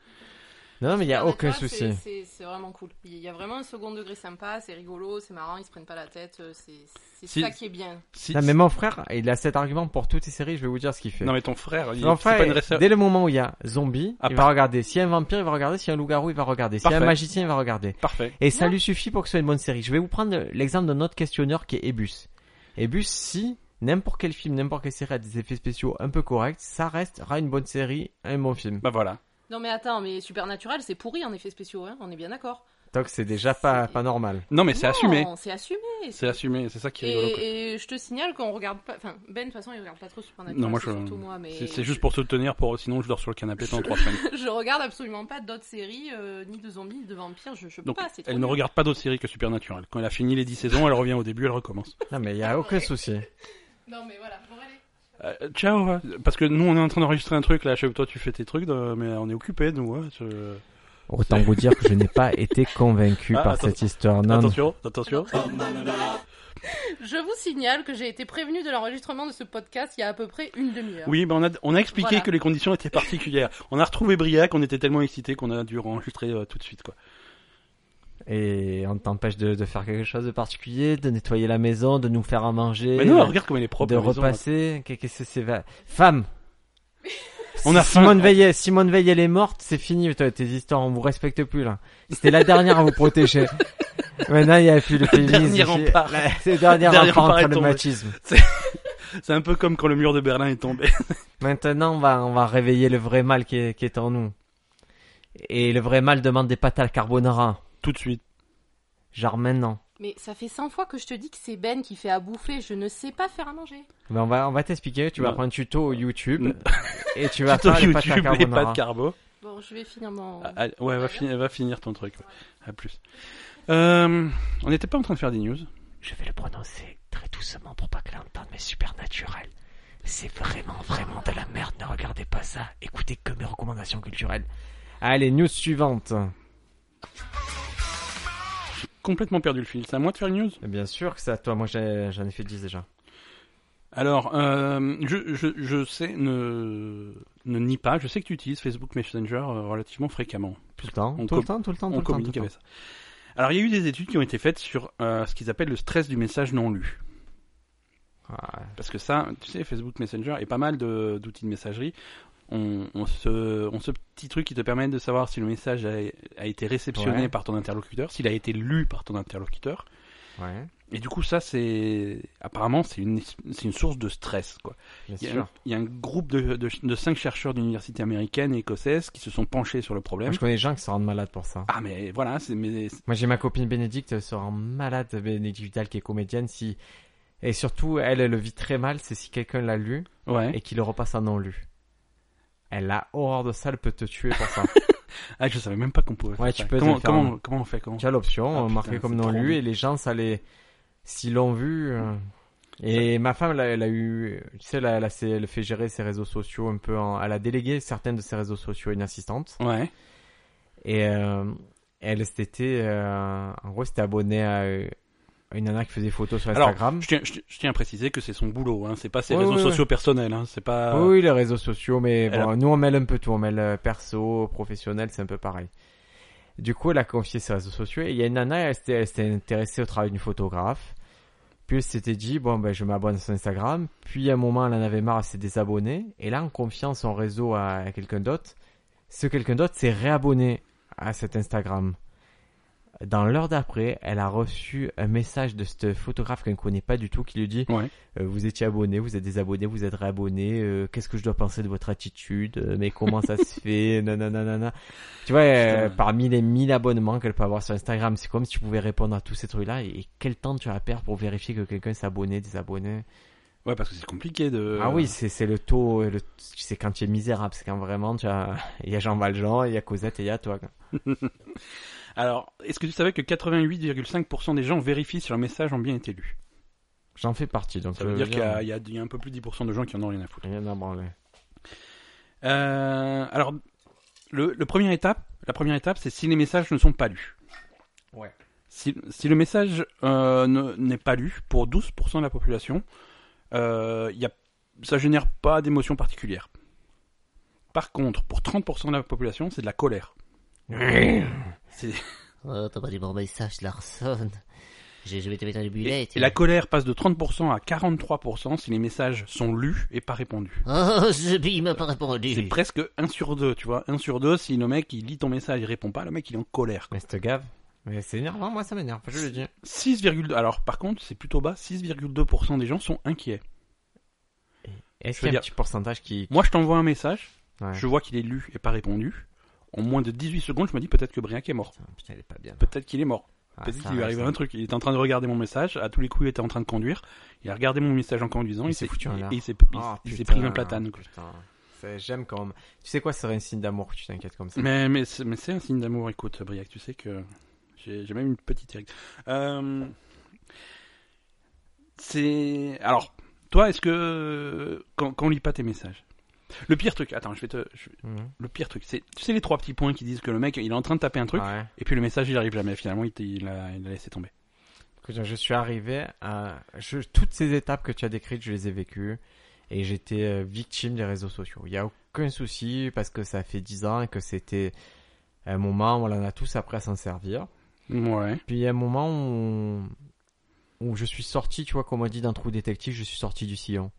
B: Non, non, mais il y a aucun
C: Supernatural,
B: souci.
C: c'est- C'est c'est vraiment cool. Il y a vraiment un second degré sympa, c'est rigolo, c'est marrant, ils se prennent pas la tête, euh, c'est c'est
A: Si-
C: ça qui est bien.
A: Si-
B: Non, mais mon frère, il a cet argument pour toutes les séries, je vais vous dire ce qu'il fait.
A: non, mais ton frère, il
B: mon
A: c'est
B: frère,
A: pas une réserve.
B: dès le moment où il y a zombie,
A: Ah,
B: il
A: par-
B: va regarder. S'il y a un vampire, il va regarder. S'il y a un loup-garou, il va regarder. S'il y a un
A: Parfait.
B: magicien, il va regarder.
A: Parfait.
B: Et ça
C: Non.
B: lui suffit pour que ce soit une bonne série. Je vais vous prendre l'exemple d'un autre questionneur qui est Ebus. Ebus, si n'importe quel film, n'importe quelle série a des effets spéciaux un peu corrects, ça restera une bonne série, un bon film.
A: Bah voilà.
C: Non mais attends, mais Supernatural, c'est pourri en effets spéciaux, hein, on est bien d'accord.
B: Donc c'est déjà pas,
C: C'est-
B: pas normal.
A: Non, mais c'est
C: Non,
A: assumé.
C: C'est assumé.
A: C'est assumé. C'est ça qui est rigolo. quoi.
C: Et, et je te signale qu'on regarde pas. Enfin, Ben, de toute façon, il regarde pas trop Supernatural.
A: Non, moi,
C: c'est
A: je-
C: surtout moi, mais.
A: C'est c'est juste pour te tenir, pour sinon je dors sur le canapé pendant trois semaines.
C: <laughs> je regarde absolument pas d'autres séries, euh, ni de zombies, ni de vampires, je, je peux
A: Donc,
C: pas, c'est trop
A: elle ne
C: nul.
A: regarde pas d'autres séries que Supernatural. Quand elle a fini les 10 saisons, elle revient au début, elle recommence.
B: Non, mais il y a aucun souci.
C: Non mais voilà, bon, allez.
A: Euh, ciao, hein. parce que nous on est en train d'enregistrer un truc là, chez toi tu fais tes trucs, de- mais on est occupé nous. hein, je-
B: Autant vous dire que je n'ai pas été convaincu
A: Ah,
B: par
A: attends-
B: cette histoire. Non, non.
A: Attention, attention.
C: Je vous signale que j'ai été prévenu de l'enregistrement de ce podcast il y a à peu près une demi-heure.
A: Oui, ben on, a, on a expliqué
C: Voilà.
A: que les conditions étaient particulières. On a retrouvé Briac, on était tellement excités qu'on a dû enregistrer euh, tout de suite. quoi.
B: Et on t'empêche de, de faire quelque chose de particulier, de nettoyer la maison, de nous faire à manger,
A: Mais non, regarde comme elle est propre.
B: de
A: la maison, hein. là.
B: repasser. Qu'est- Qu'est-ce que c'est va- Femme
A: On a faim.
B: Simone Veil, est- Simone Veil, elle est morte, c'est fini, toi, tes histoires, on vous respecte plus, là. C'était la dernière à vous
A: <laughs>
B: protéger. Maintenant, il n'y a plus le féminisme.
A: hein. dernier
B: c'est-
A: rempart.
B: la- C'est le dernier
A: Dernier
B: rempart
A: rempart est
B: contre le
A: tombé.
B: machisme.
A: C'est un peu comme quand le mur de Berlin est
B: <laughs>
A: tombé.
B: Maintenant, on va, on va réveiller le vrai mal qui est, qui est en nous. Et le vrai mal demande des pâtes à la carbonara.
A: tout de suite.
B: Genre maintenant.
C: Mais ça fait 100 fois que je te dis que c'est Ben qui fait à bouffer. Je ne sais pas faire à manger.
B: Mais on va, on va t'expliquer, tu vas
A: Non.
B: prendre un tuto YouTube.
A: Non.
B: et tu
A: <laughs>
B: vas
A: Tout
B: faire les pâtes à la
A: YouTube et pas
B: carbonara.
A: de carbo.
C: Bon, je vais finir mon.
A: Ah, allez, ouais, va, finir- va finir ton truc. ouais. À plus. Euh, on n'était pas en train de faire des news.
B: Je vais le prononcer très doucement pour pas que l'entende, mais super naturel. C'est vraiment, vraiment de la merde. Ne regardez pas ça. Écoutez que mes recommandations culturelles. Allez, news suivante.
A: J'ai complètement perdu le fil. C'est à moi de faire les news
B: Bien sûr que c'est à toi. Moi, j'ai- j'en ai fait 10 déjà.
A: Alors, euh, je, je, je sais, ne, ne nie pas, je sais que tu utilises Facebook Messenger euh, relativement fréquemment.
B: Tout le temps.
A: on
B: Tout le
A: com-
B: temps, tout le temps, tout
A: On
B: le temps, tout le
A: communique
B: temps.
A: avec ça. Alors, il y a eu des études qui ont été faites sur euh, ce qu'ils appellent le stress du message non lu.
B: Ah,
A: Parce que ça, tu sais, Facebook Messenger et pas mal de- d'outils de, messagerie ont, ont ce, ont ce petit truc qui te permet de savoir si le message a, a été réceptionné
B: Ouais.
A: par ton interlocuteur, s'il a été lu par ton interlocuteur.
B: ouais,
A: Et du coup, ça, c'est apparemment, c'est une, c'est une source de stress, quoi.
B: bien
A: Il y, a un,
B: sûr.
A: il y a un groupe de, de, de cinq chercheurs d'universités américaines et écossaises qui se sont penchés sur le
B: Moi,
A: problème.
B: je connais des gens qui se rendent malades pour ça.
A: Ah mais voilà, c'est mais
B: Moi, j'ai ma copine Bénédicte, elle se rend malade, Bénédicte Vital, qui est comédienne. Si... Et surtout, elle, elle le vit très mal, c'est si quelqu'un l'a lu
A: ouais.
B: et qu'il le repasse en non-lu. Elle a horreur de ça, elle peut te tuer pour ça.
A: Ah je savais même pas qu'on pouvait. faire
B: Ouais, tu
A: ça.
B: peux
A: Comment
B: le faire,
A: comment
B: hein.
A: comment on fait comment
B: tu as l'option,
A: Ah,
B: euh,
A: putain,
B: marquée comme
A: c'est
B: non
A: trop
B: lu,
A: bien.
B: et les gens, ça les... S'ils l'ont vu... euh, Et ma femme, elle a, elle a eu... Tu sais, elle, a- elle a- c'est- elle fait gérer ses réseaux sociaux un peu en... Elle a délégué certaines de ses réseaux sociaux à une assistante.
A: Ouais.
B: Et euh, elle s'était... euh, En gros, c'était abonnée à euh, une nana qui faisait des photos sur
A: Alors,
B: Instagram.
A: Je tiens, je, tiens- je tiens à préciser que c'est son boulot, hein. C'est pas ses
B: Ouais,
A: réseaux
B: ouais, ouais.
A: sociaux personnels, hein. C'est pas.
B: Oui, oui, les réseaux sociaux, mais
A: Elle
B: bon, nous on mêle un peu tout, on mêle euh, perso, professionnel, c'est un peu pareil. Du coup, elle a confié ses réseaux sociaux et il y a une nana, elle s'était elle s'était intéressée au travail d'une photographe. Puis elle s'était dit, bon, ben je m'abonne à son Instagram. Puis à un moment, elle en avait marre, elle s'est désabonnée. Et là, en confiant son réseau à, à quelqu'un d'autre, ce quelqu'un d'autre s'est réabonné à cet Instagram. Dans l'heure d'après, elle a reçu un message de ce photographe qu'elle ne connaît pas du tout qui lui dit
A: Ouais.
B: euh, vous étiez abonné, vous êtes désabonné, vous êtes réabonné, euh, qu'est-ce que je dois penser de votre attitude, Euh, mais comment ça
A: <laughs>
B: se fait, nanana, nanana. Tu vois, euh,
A: Putain.
B: parmi les 1000 abonnements qu'elle peut avoir sur Instagram, c'est comme si tu pouvais répondre à tous ces trucs-là, et, et quel temps tu vas perdre pour vérifier que quelqu'un s'abonnait, désabonné.
A: Ouais, parce que c'est compliqué de.
B: Ah oui, c'est c'est le taux, euh, le, c'est quand tu es misérable, c'est quand vraiment tu as, <laughs> il y a Jean Valjean, il y a Cosette et il y a toi. quoi.
A: Alors, est-ce que tu savais que 88,5% des gens vérifient si leurs messages ont bien été lus
B: J'en fais partie, donc
A: Ça veut
B: euh,
A: dire qu'il y
B: viens,
A: a, il y a- il y a un peu plus de 10% de gens qui en ont rien à foutre.
B: rien à branler.
A: Euh, alors, le, le première étape, la première étape, c'est si les messages ne sont pas lus.
B: Ouais.
A: Si, si le message euh, ne- n'est pas lu pour 12% de la population, euh, y a, ça génère pas d'émotion particulière. Par contre, pour 30% de la population, c'est de la colère. C'est-
D: Oh, t'as pas dit mon message, Larson. Je, je vais te mettre un bullet.
A: et la colère passe de 30% à 43% si les messages sont lus et pas répondus.
D: Oh, <laughs> ce il m'a pas répondu.
A: C'est presque 1 sur 2, tu vois. 1 sur 2, si le mec il lit ton message, il répond pas, le mec il est en colère.
B: Mais cette gave, mais c'est énervant, moi ça m'énerve, je le dis.
A: 6,2 alors par contre c'est plutôt bas 6,2% des gens sont inquiets
B: Est-ce
A: Je
B: qu'il y a
A: veux
B: un petit pourcentage qui,
A: moi je t'envoie un message
B: Ouais.
A: je vois qu'il est lu et pas répondu en moins de 18 secondes je me dis peut-être que Briac est mort
B: Putain, putain, il est pas bien.
A: peut-être qu'il est mort
B: Ah,
A: peut-être
B: ça
A: qu'il lui
B: arrive,
A: arrive
B: ça.
A: un truc il était en train de regarder mon message à tous les coups il était en train de conduire il a regardé mon message en conduisant
B: Il
A: il
B: s'est
A: s'est
B: foutu en
A: il-
B: l'air.
A: il s'est il-
B: Ah,
A: il s'est
B: putain,
A: pris un platane quoi.
B: putain. C'est- J'aime quand même. Tu sais quoi, ça serait un signe d'amour que tu t'inquiètes comme ça.
A: mais mais c'est mais c'est un signe d'amour écoute Briac tu sais que j'ai j'ai même une petite règle euh... c'est alors toi est-ce que quand quand on lit pas tes messages le pire truc attends je vais te je-
B: Mhm.
A: Le pire truc, c'est, tu sais les trois petits
B: Ah.
A: points qui disent que le mec, il est en train de taper un truc,
B: Ouais.
A: et puis le message, il arrive jamais. Finalement, il, t- il a, il a laissé tomber.
B: que je suis arrivé à je- toutes ces étapes que tu as décrites, je les ai vécues et j'étais euh, victime des réseaux sociaux. Il y a aucun souci parce que ça fait 10 ans et que c'était un moment où on a tous appris à s'en servir.
A: Ouais.
B: Puis il y a un moment où, où je suis sorti, tu vois, comme on dit dans Trou Détective, je suis sorti du sillon.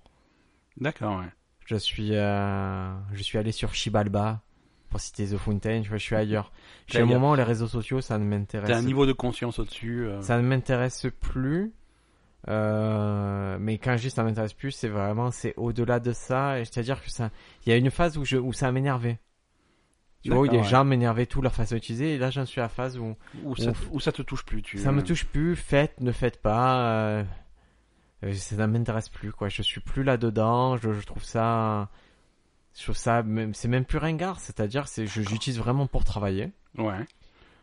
A: D'accord, ouais.
B: Je suis, euh, je suis allé sur Chibalba pour citer The Fountain, tu vois, je suis ailleurs. J'ai un
A: T'as-
B: moment où les réseaux sociaux, ça ne m'intéresse
A: T'as un niveau de conscience au-dessus. euh,
B: ça ne m'intéresse plus. Euh, mais quand je dis ça ne m'intéresse plus, c'est vraiment c'est au-delà de ça. Et c'est-à-dire que ça, il y a une phase où je où ça m'énervait. Tu vois, où
A: D'accord,
B: les
A: ouais.
B: gens m'énervaient tout leur façon d'utiliser. Et là, j'en suis à la phase où
A: Où ça,
B: Ouf.
A: où ça te touche plus. Tu... euh,
B: ça me touche plus. hein. Faites, ne faites pas. euh, euh, ça ne m'intéresse plus quoi. Je suis plus là dedans. Je, je trouve ça, je trouve ça, même- c'est même plus ringard. C'est-à-dire, c'est je j'utilise vraiment pour travailler.
A: Ouais.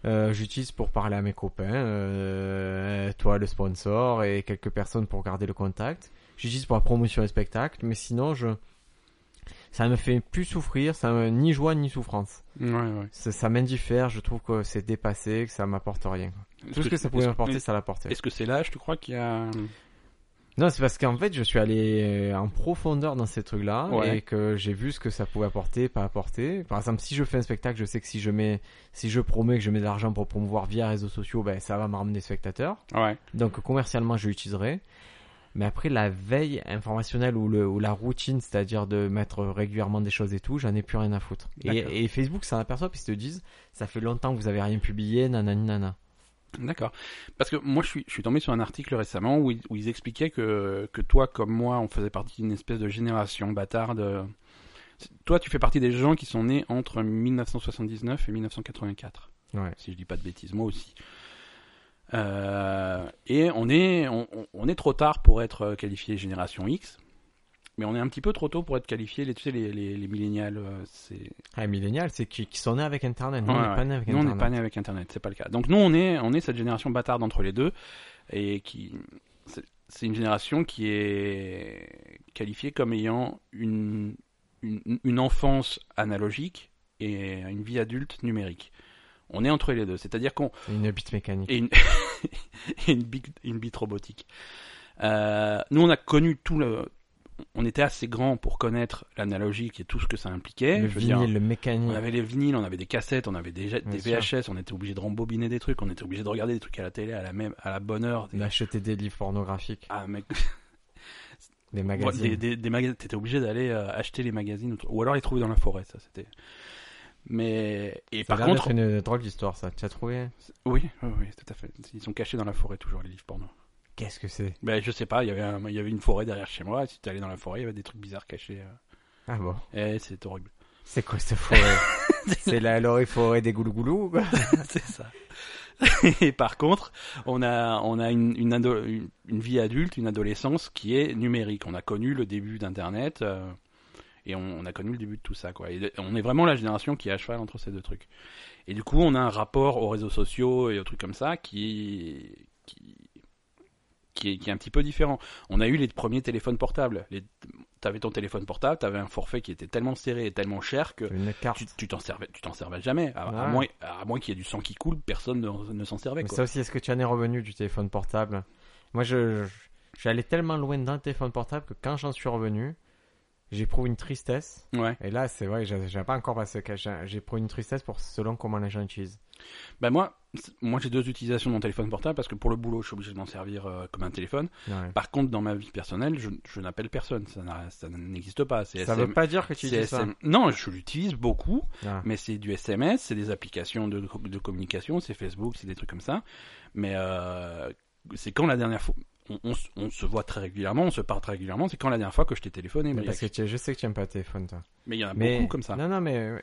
B: Euh, J'utilise pour parler à mes copains, euh, toi le sponsor et quelques personnes pour garder le contact. J'utilise pour la promotion des spectacles, mais sinon je, ça me fait plus souffrir, ça me ni joie ni souffrance.
A: Ouais, ouais.
B: Ça, ça m'indiffère, je trouve que c'est dépassé, que ça m'apporte rien. Tout ce que ça pouvait m'apporter, ça l'apportait.
A: Est-ce que c'est l'âge, tu crois, qu'il y a.
B: Non, c'est parce qu'en fait je suis allé euh, en profondeur dans ces trucs-là
A: Ouais.
B: et que j'ai vu ce que ça pouvait apporter, pas apporter. Par exemple, si je fais un spectacle, je sais que si je mets, si je promets que je mets de l'argent pour promouvoir via réseaux sociaux, ben ça va me ramener des spectateurs.
A: Ouais.
B: Donc commercialement, je l'utiliserai. Mais après, la veille informationnelle ou, le, ou la routine, c'est-à-dire de mettre régulièrement des choses et tout, j'en ai plus rien à foutre.
A: D'accord.
B: Et, et Facebook s'en aperçoit, puis ils te disent, ça fait longtemps que vous avez rien publié, nanani nana.
A: D'accord. Parce que moi, je suis, je suis tombé sur un article récemment où ils, où ils expliquaient que, que toi, comme moi, on faisait partie d'une espèce de génération bâtarde. euh, c'est- Toi, tu fais partie des gens qui sont nés entre 1979 et 1984.
B: Ouais.
A: Si je dis pas de bêtises, moi aussi. Euh, et on est, on, on- on est trop tard pour être qualifié génération X, mais on est un petit peu trop tôt pour être qualifié les, tu sais, les, les, les millénials. euh, C'est
B: Ah, millénial, c'est qui, qui sont nés avec Internet. Nous,
A: Ouais,
B: on n'est
A: ouais.
B: pas nés avec
A: Nous, on
B: Internet.
A: n'est pas né avec Internet, c'est pas le cas. Donc nous, on est, on est cette génération bâtarde entre les deux, et qui, c'est- c'est une génération qui est qualifiée comme ayant une, une, une enfance analogique et une vie adulte numérique. On est entre les deux, c'est-à-dire qu'on
B: Une bite mécanique.
A: et une, <laughs> et une, big- une bite robotique. Euh, nous, on a connu tout le, on était assez grand pour connaître l'analogique et tout ce que ça impliquait.
B: le
A: Eh, Je veux dire,
B: vinyle, le mécanique.
A: on avait les vinyles, on avait des cassettes, on avait des, jet-
B: Bien
A: des
B: sûr.
A: VHS, on était obligé de rembobiner des trucs, on était obligé de regarder des trucs à la télé à la même, à la bonne heure. Des...
B: On achetait des livres pornographiques,
A: Ah, mec, <laughs>
B: des
A: moi,
B: magazines.
A: des, des, des magas- t'étais obligé d'aller euh, acheter les magazines ou, tr- ou alors les trouver dans la forêt, ça c'était. Mais et
B: Ça a
A: par
B: l'air
A: contre,
B: d'être une drôle d'histoire, ça. Tu as trouvé
A: oui, oui, oui, tout à fait. Ils sont cachés dans la forêt toujours les livres porno.
B: Qu'est-ce que c'est
A: Ben je sais pas, il y avait un- il y avait une forêt derrière chez moi. Si t'es allé dans la forêt, il y avait des trucs bizarres cachés.
B: Ah bon
A: euh. Eh, c'est horrible.
B: C'est quoi
A: <laughs>
B: cette forêt C'est la Laurie Forêt des Goulougoulous ou quoi
A: <laughs> C'est ça. Et par contre, on a, on a une, une, ado- une- une vie adulte, une adolescence qui est numérique. On a connu le début d'Internet euh, et on, on a connu le début de tout ça. Quoi. Et de- on est vraiment la génération qui est à cheval entre ces deux trucs. Et du coup, on a un rapport aux réseaux sociaux et aux trucs comme ça qui, qui, qui, est, qui est un petit peu différent. On a eu les premiers téléphones portables. Les- T'avais ton téléphone portable, t'avais un forfait qui était tellement serré et tellement cher que
B: Une carte.
A: tu tu t'en servais tu t'en servais jamais à, à
B: Ouais.
A: moins à moins qu'il y ait du sang qui coule personne ne, ne s'en servait
B: Mais
A: quoi
B: ça aussi, est-ce que tu en es revenu du téléphone portable Moi, je, je, je suis allé tellement loin d'un téléphone portable que quand j'en suis revenu, j'éprouve une tristesse.
A: ouais
B: Et là, c'est vrai, j'ai j'ai pas encore passé le cap. J'ai- J'éprouve une tristesse pour selon comment les gens utilisent.
A: ben moi c'est- moi j'ai deux utilisations de mon téléphone portable parce que pour le boulot je suis obligé de m'en servir euh, comme un téléphone
B: Ouais.
A: par contre dans ma vie personnelle je, je n'appelle personne ça n'a- ça n'existe pas c'est
B: Ça
A: SM
B: veut pas dire que tu
A: c'est
B: utilises ça.
A: SM non je l'utilise beaucoup
B: Ah.
A: mais c'est du SMS c'est des applications de, co- de communication c'est Facebook c'est des trucs comme ça mais euh, c'est quand la dernière fois on, on se- on se voit très régulièrement on se parle très régulièrement c'est quand la dernière fois que je t'ai téléphoné
B: Mais
A: Briac.
B: parce que tu- je sais que tu aimes pas le téléphone, toi.
A: mais il y en a
B: mais
A: beaucoup comme ça
B: Non, non, mais euh,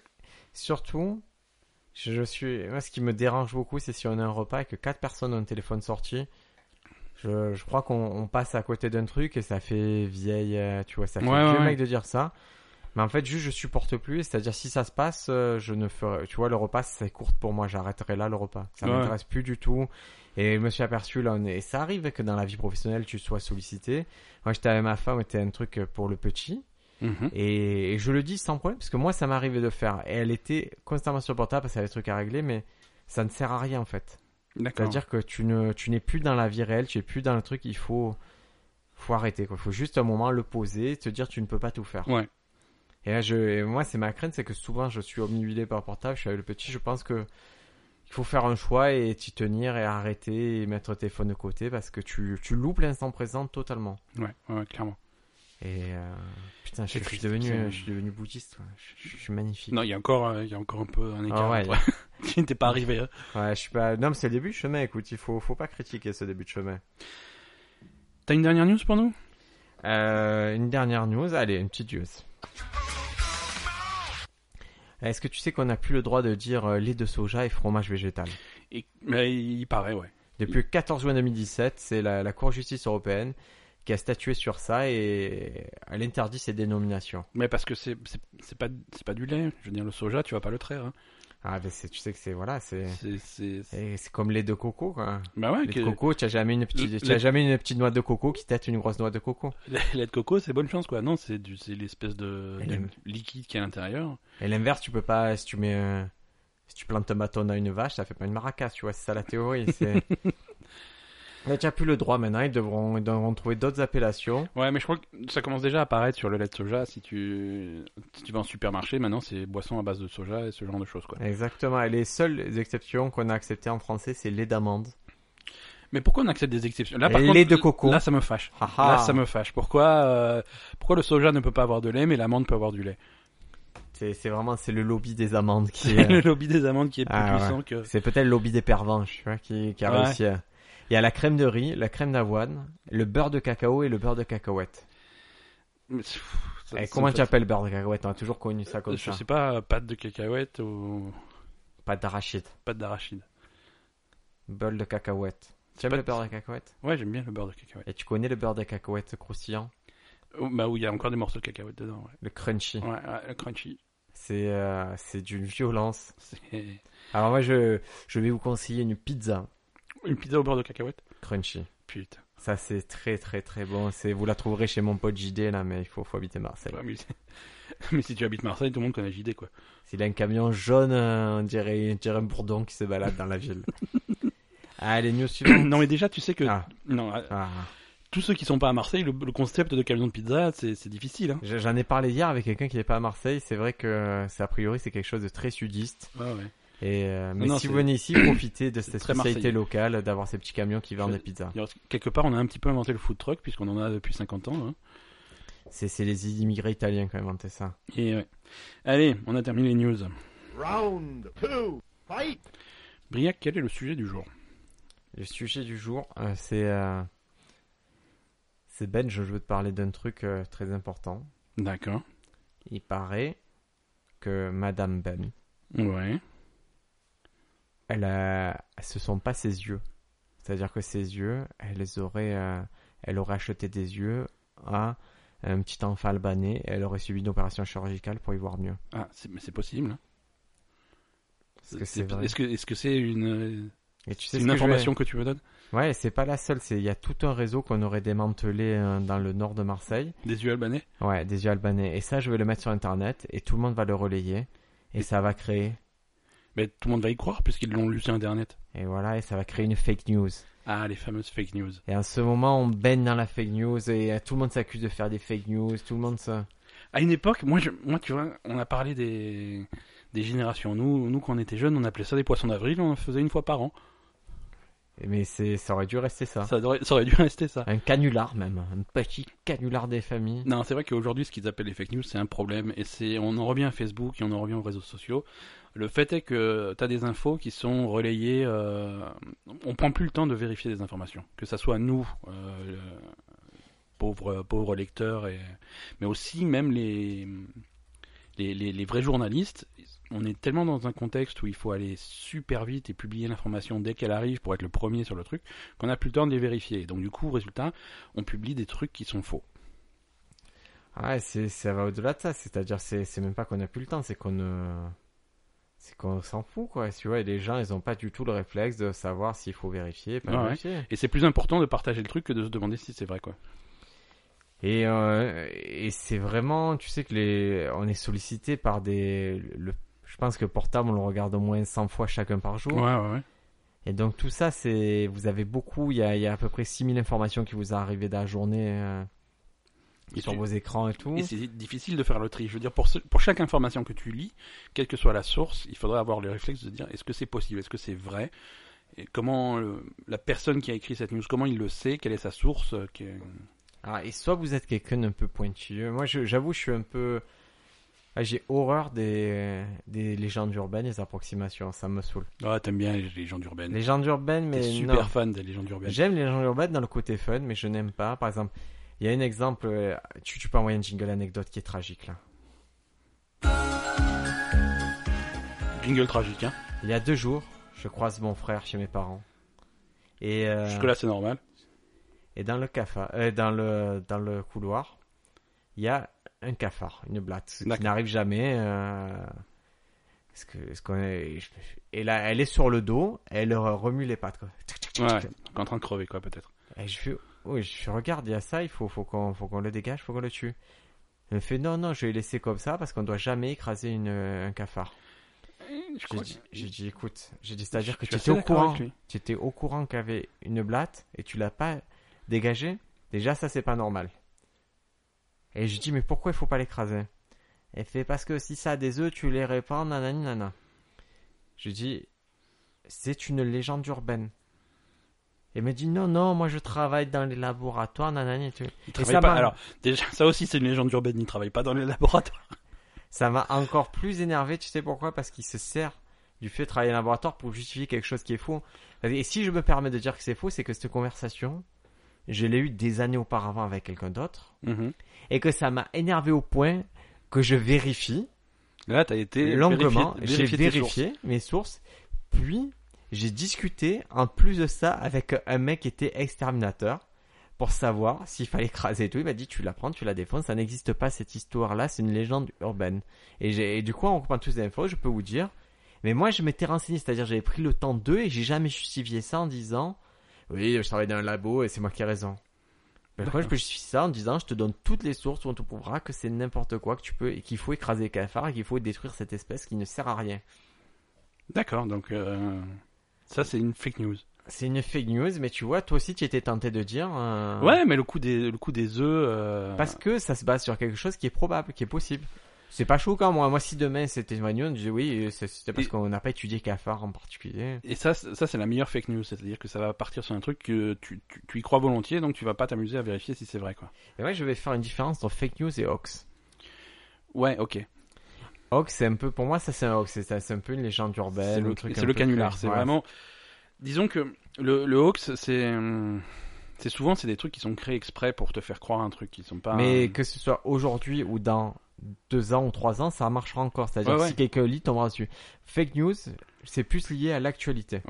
B: surtout, je, je suis. Moi, ce qui me dérange beaucoup, c'est si on a un repas et que quatre personnes ont un téléphone sorti. Je, je crois qu'on on passe à côté d'un truc et ça fait vieille, euh, tu vois, ça fait
A: Ouais, ouais,
B: vieux
A: ouais.
B: mec de dire ça. Mais en fait, juste, je supporte plus. C'est-à-dire, si ça se passe, euh, je ne ferai. Tu vois, le repas, c'est court pour moi. J'arrêterai là le repas. Ça
A: Ouais.
B: m'intéresse plus du tout. Et je me suis aperçu là, on est- et ça arrive que dans la vie professionnelle, tu sois sollicité. Moi, j'étais avec ma femme, c'était un truc pour le petit.
A: Mhm.
B: Et, et je le dis sans problème, parce que moi, ça m'arrivait de le faire. Et elle était constamment sur le portable parce qu'elle avait des trucs à régler, mais ça ne sert à rien en fait.
A: D'accord.
B: C'est-à-dire que tu ne, tu n'es plus dans la vie réelle, tu es plus dans le truc. Il faut, faut arrêter. Il faut juste un moment le poser, te dire tu ne peux pas tout faire.
A: Ouais.
B: Et là, je, et moi, c'est ma crainte, c'est que souvent je suis omnibulé par le portable. Je suis avec le petit. Je pense que il faut faire un choix et t'y tenir et arrêter et mettre le téléphone de côté parce que tu, tu loupes l'instant présent totalement.
A: Ouais, ouais, clairement.
B: Et euh, putain, je,
A: C'est
B: je suis
A: triste,
B: devenu, euh,
A: c'est-
B: je suis devenu bouddhiste. ouais. Je, je- je suis magnifique.
A: Non, il y a encore, euh, il y a encore un peu un écart.
B: Ah ouais,
A: entre- <laughs> tu n'étais pas arrivé. hein.
B: Ouais, je suis pas. Non, mais c'est le début de chemin. Écoute, il faut, faut pas critiquer ce début de chemin.
A: T'as une dernière news pour nous
B: Euh, une dernière news. Allez, une petite news. Est-ce que tu sais qu'on n'a plus le droit de dire euh, lait de soja et fromage végétal
A: Et- mais il paraît, ouais.
B: Depuis le 14 juin 2017, c'est la, la Cour de justice européenne qui a statué sur ça et elle interdit ces dénominations.
A: Mais parce que c'est c'est- c'est pas, c'est pas du lait. Je veux dire, le soja, tu vas pas le traire. hein.
B: Ah, mais c'est- tu sais que c'est voilà, c'est
A: C'est- C'est. c'est-
B: et c'est comme lait de coco quoi.
A: Bah ouais,
B: Lait
A: que-
B: de coco, tu as jamais une
A: Le-
B: petite, tu
A: le-
B: as jamais une petite noix de coco qui tête une grosse noix de coco.
A: <laughs> lait de coco, c'est bonne chance, quoi. Non, c'est du- c'est l'espèce de,
B: Elle
A: de
B: aime.
A: liquide qui est à l'intérieur.
B: Et l'inverse, tu peux pas si tu mets euh, si tu plantes un bâton à une vache, ça fait pas une maracas, tu vois, c'est ça la théorie,
A: <laughs>
B: c'est On a déjà plus le droit maintenant, ils devront, ils devront trouver d'autres appellations.
A: Ouais, mais je crois que ça commence déjà à apparaître sur le lait de soja. Si tu, si tu vas en supermarché, maintenant c'est boisson à base de soja et ce genre de choses, quoi.
B: Exactement. Et les seules exceptions qu'on a acceptées en français, c'est lait d'amande.
A: Mais pourquoi on accepte des exceptions Là, par
B: Et
A: contre,
B: lait de coco.
A: Là, ça me fâche.
B: Ah ah.
A: Là, ça me fâche. Pourquoi, euh, pourquoi le soja ne peut pas avoir de lait, mais l'amande peut avoir du lait
B: C'est c'est vraiment c'est le lobby des amandes qui.
A: <laughs> C'est le
B: euh,
A: lobby des amandes qui est plus
B: Ah, ouais.
A: puissant que.
B: c'est peut-être le lobby des pervenches, tu vois, qui, qui a
A: Ouais.
B: réussi. à- Il y a la crème de riz, la crème d'avoine, le beurre de cacao et le beurre de cacahuète.
A: Mais c'est- pff, ça-
B: Et
A: ça
B: Eh, comment
A: me
B: tu
A: fait-
B: appelles beurre de cacahuète On a toujours connu ça comme
A: Je
B: ça.
A: sais pas, euh, pâte de cacahuète ou
B: Pas d'arachide.
A: pâte d'arachide.
B: Beurre de cacahuète. Tu aimes
A: pas-
B: le beurre de cacahuète
A: Ouais, j'aime bien le beurre de cacahuète.
B: Et tu connais le beurre de cacahuète croustillant
A: Oh, bah oui, il y a encore des morceaux de cacahuète dedans. Ouais,
B: Le crunchy.
A: ouais, ouais, le crunchy.
B: C'est euh, c'est d'une violence.
A: C'est
B: Alors moi, je, je vais vous conseiller une pizza
A: une pizza au beurre de cacahuète.
B: crunchy.
A: Putain.
B: Ça, c'est très très très bon. C'est Vous la trouverez chez mon pote JD là, mais il faut, faut habiter Marseille.
A: Ouais, mais... <laughs> mais si tu habites Marseille, tout le monde connaît JD, <coughs> quoi.
B: S'il a un camion jaune, euh, on dirait, on dirait un bourdon qui se balade dans
A: <laughs>
B: la ville. Allez, news suivante.
A: non, mais déjà, tu sais que
B: Ah,
A: non, euh,
B: ah.
A: tous ceux qui sont pas à Marseille, le, le concept de camion de pizza, c'est c'est difficile. Hein.
B: J'en ai parlé hier avec quelqu'un qui n'est pas à Marseille. C'est vrai que c'est a priori c'est quelque chose de très sudiste.
A: Ouais, ouais.
B: Et euh, mais
A: Non, non,
B: si
A: c'est-
B: vous venez <coughs> ici, profitez de cette
A: très
B: spécialité
A: marseillais.
B: locale, d'avoir ces petits camions qui vendent
A: Je-
B: des pizzas.
A: Alors, quelque part, on a un petit peu inventé le food truck puisqu'on en a depuis 50 ans. Hein.
B: C'est c'est les immigrés italiens qui ont inventé ça.
A: Et ouais. Allez, on a terminé les news.
E: Round two, fight!
A: Briac, quel est le sujet du jour
B: Le sujet du jour, euh, c'est euh, c'est Ben. Je veux te parler d'un truc euh, très important.
A: D'accord.
B: Il paraît que Madame Ben,
A: Ouais.
B: elle, a... ce sont pas ses yeux. C'est-à-dire que ses yeux, elle les aurait, euh, elle aurait acheté des yeux à un petit enfant albanais. Et elle aurait subi une opération chirurgicale pour y voir mieux.
A: Ah, c'est- mais c'est possible. hein.
B: Parce que c'est vrai.
A: Est-ce que est-ce que c'est une, euh,
B: Et tu
A: c'est
B: ce
A: une
B: que je vais-
A: information que tu me donnes
B: Ouais, c'est pas la seule. C'est il y a tout un réseau qu'on aurait démantelé euh, dans le nord de Marseille.
A: Des yeux albanais
B: Ouais, des yeux albanais. Et ça, je vais le mettre sur internet et tout le monde va le relayer et ça va créer.
A: Mais tout le monde va y croire puisqu'ils l'ont lu sur Internet.
B: Et voilà, et ça va créer une fake news.
A: Ah, les fameuses fake news.
B: Et en ce moment, on baigne dans la fake news et euh, tout le monde s'accuse de faire des fake news. Tout le monde se.
A: À une époque, moi, je, moi, tu vois, on a parlé des, des générations. Nous, nous, quand on était jeunes, on appelait ça des poissons d'avril, on en faisait une fois par an.
B: Mais c'est, ça aurait dû rester ça.
A: Ça, aurait, ça aurait dû <laughs> rester ça.
B: Un canular même, un petit canular des familles.
A: Non, c'est vrai qu'aujourd'hui, ce qu'ils appellent les fake news, c'est un problème. Et c'est, on en revient à Facebook et on en revient aux réseaux sociaux. Le fait est que t'as des infos qui sont relayées. euh, on prend plus le temps de vérifier des informations, que ça soit nous, euh, le- pauvres, pauvres lecteurs, et, mais aussi même les, les, les- les vrais journalistes. On est tellement dans un contexte où il faut aller super vite et publier l'information dès qu'elle arrive pour être le premier sur le truc, qu'on n'a plus le temps de les vérifier. Donc du coup, résultat, on publie des trucs qui sont faux.
B: Ouais, c'est, ça va au-delà de ça. C'est-à-dire, c'est, c'est même pas qu'on a plus le temps, c'est qu'on ne. C'est qu'on s'en fout, quoi. Tu vois, et les gens, ils ont pas du tout le réflexe de savoir s'il faut vérifier, pas
A: Ouais, ouais.
B: vérifier.
A: Et c'est plus important de partager le truc que de se demander si c'est vrai, quoi.
B: Et, euh, et c'est vraiment, tu sais que les, on est sollicité par des, le, je pense que portable on le regarde au moins 100 fois chacun par jour.
A: ouais, ouais.
B: Et donc tout ça, c'est vous avez beaucoup, il y a, il y a à peu près 6000 informations qui vous arrivent dans la journée euh,
A: Et
B: sur
A: tu-
B: vos écrans et tout.
A: Et c'est difficile de faire le tri. Je veux dire, pour, ce- pour chaque information que tu lis, quelle que soit la source, il faudrait avoir le réflexe de dire est-ce que c'est possible, est-ce que c'est vrai, et comment euh, la personne qui a écrit cette news, comment il le sait, quelle est sa source. euh, qui est-
B: Ah, et soit vous êtes quelqu'un d'un peu pointilleux. Moi, je- j'avoue, je suis un peu. Ah, J'ai horreur des, des légendes urbaines et des approximations, ça me saoule.
A: Ah, t'aimes bien les légendes urbaines.
B: Légendes urbaines,
A: T'es
B: mais
A: super
B: non.
A: fan des légendes urbaines.
B: J'aime les légendes urbaines dans le côté fun, mais je n'aime pas. Par exemple, il y a un exemple. euh, Tu, tu peux envoyer une jingle anecdote qui est tragique là.
A: Jingle tragique, hein.
B: Il y a deux jours, je croise mon frère chez mes parents. Et, euh,
A: Jusque-là, c'est normal.
B: et dans, le cafa- euh, dans, le, dans le couloir, il y a un cafard, une blatte, ce qui
A: D'accord.
B: n'arrive jamais. euh, parce que- parce qu'on est- je- Et là, elle est sur le dos, elle remue les pattes. Quoi. Tic, tic, tic,
A: Ouais,
B: tic.
A: en train de crever, quoi, peut-être.
B: Et je fais, oui, je fais, regarde, il y a ça, il faut, faut qu'on, faut qu'on le dégage, faut qu'on le tue. Elle me fait, non, non, je vais laisser comme ça parce qu'on doit jamais écraser une, un cafard.
A: Je
B: J'ai
A: crois
B: dit, j'ai dit, écoute, j'ai dit, c'est-à-dire que
A: Je
B: tu
A: suis assez
B: étais au
A: d'accord
B: courant,
A: avec lui.
B: tu étais au courant qu'il y avait une blatte et tu l'as pas dégagée. Déjà, ça c'est pas normal. Et je dis, mais pourquoi il faut pas l'écraser Elle fait, parce que si ça a des œufs, tu les répands, nanani, nana. Je dis, c'est une légende urbaine. Elle me dit, non, non, moi je travaille dans les laboratoires, nanani. Tu...
A: Il
B: Et
A: travaille
B: ça
A: pas.
B: m'a-
A: Alors, déjà, ça aussi, c'est une légende urbaine. Il travaille pas dans les laboratoires.
B: Ça m'a encore plus énervé, tu sais pourquoi Parce qu'il se sert du fait de travailler en laboratoire pour justifier quelque chose qui est faux. Et si je me permets de dire que c'est faux, c'est que cette conversation, je l'ai eue des années auparavant avec quelqu'un d'autre,
A: Mhm.
B: et que ça m'a énervé au point que je vérifie
A: Là, t'as été
B: longuement,
A: vérifier-
B: j'ai
A: vérifier tes
B: vérifié mes sources, puis j'ai discuté en plus de ça avec un mec qui était exterminateur pour savoir s'il fallait <laughs> écraser et tout. Il m'a dit tu la prends, tu la défends, ça n'existe pas cette histoire-là, c'est une légende urbaine. Et, j'ai- et du coup, en reprend tous les infos, je peux vous dire. Mais moi, je m'étais renseigné, c'est-à-dire j'avais pris le temps d'eux et j'ai jamais justifié ça en disant oui, je travaille dans un labo et c'est moi qui ai raison. Mais pourquoi je peux justifier ça en disant je te donne toutes les sources où on te prouvera que c'est n'importe quoi que tu peux et qu'il faut écraser les cafards et qu'il faut détruire cette espèce qui ne sert à rien.
A: sources. D'accord, donc, euh, ça, c'est une fake news.
B: C'est une fake news, mais tu vois, toi aussi tu étais tenté de dire. euh,
A: Ouais, mais le coup des, le coup des œufs, euh,
B: Parce que ça se base sur quelque chose qui est probable, qui est possible. C'est pas choquant, moi. Moi, si demain c'était une news, je disais oui, euh, c'est- c'était parce
A: Et-
B: qu'on n'a pas étudié cafard en particulier.
A: Et ça, c'est- ça c'est la meilleure fake news, c'est-à-dire que ça va partir sur un truc que tu, tu, tu y crois volontiers, donc tu vas pas t'amuser à vérifier si c'est vrai, quoi.
B: Et moi, je vais faire une différence entre fake news et hoax.
A: Ouais, ok.
B: Hoax, c'est un peu, pour moi, ça c'est un hoax, c'est ça, c'est un peu une légende urbaine.
A: c'est
B: un
A: le,
B: Bah, truc
A: c'est
B: un
A: le
B: peu
A: canular,
B: créé.
A: c'est
B: Ouais,
A: vraiment. Disons que le, le hoax, c'est hum, c'est souvent c'est des trucs qui sont créés exprès pour te faire croire un truc qui sont pas.
B: Mais que ce soit aujourd'hui ou dans deux ans ou trois ans, ça marchera encore. C'est-à-dire
A: Ouais,
B: que
A: ouais.
B: si quelqu'un lit, tombera dessus. Fake news, c'est plus lié à l'actualité.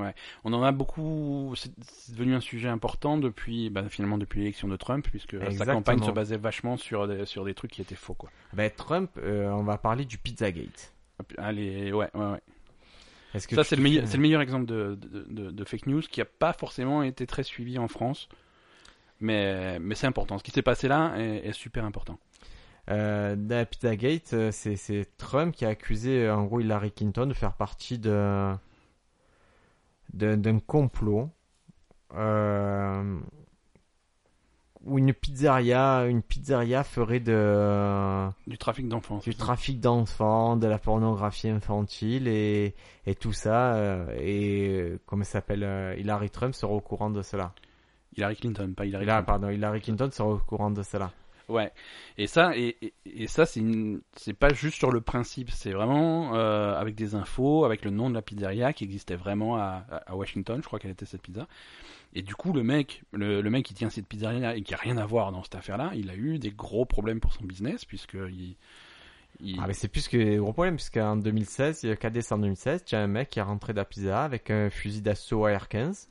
A: On en a beaucoup. C'est c'est devenu un sujet important depuis, bah, finalement, depuis l'élection de Trump, puisque sa
B: Exactement.
A: campagne se basait vachement sur des, sur des trucs qui étaient faux, quoi.
B: Ben, Trump, euh, on va parler du Pizzagate.
A: Allez, ouais, ouais, ouais.
B: Est-ce que
A: Ça,
B: tu-
A: c'est le, meilleur- c'est le meilleur exemple de, de- de- de fake news qui n'a pas forcément été très suivi en France. Mais, mais c'est important. Ce qui s'est passé là est, est super important.
B: Euh, dans la Pizzagate, euh, c'est- c'est Trump qui a accusé, euh, en gros, Hillary Clinton de faire partie de de- d'un complot euh, où une pizzeria, une pizzeria ferait de euh,
A: Du trafic d'enfants.
B: du trafic d'enfants, de la pornographie infantile et, et tout ça. euh, et euh, comment ça s'appelle euh, Hillary Trump sera au courant de cela.
A: Hillary Clinton, pas Hillary
B: Hillary,
A: Trump.
B: pardon, Hillary Clinton sera au courant de cela.
A: Ouais. Et ça, et, et- et ça c'est une- c'est pas juste sur le principe. C'est vraiment euh, avec des infos, avec le nom de la pizzeria qui existait vraiment à, à- à Washington. Je crois qu'elle était cette pizza. Et du coup, le mec, le, le mec qui tient cette pizzeria et qui a rien à voir dans cette affaire-là, il a eu des gros problèmes pour son business puisque il, il-
B: Ah, mais c'est plus que gros problème, puisqu'en 2016, il y a 4 décembre 2016, il y a un mec qui est rentré de la pizza avec un fusil d'assaut AR-15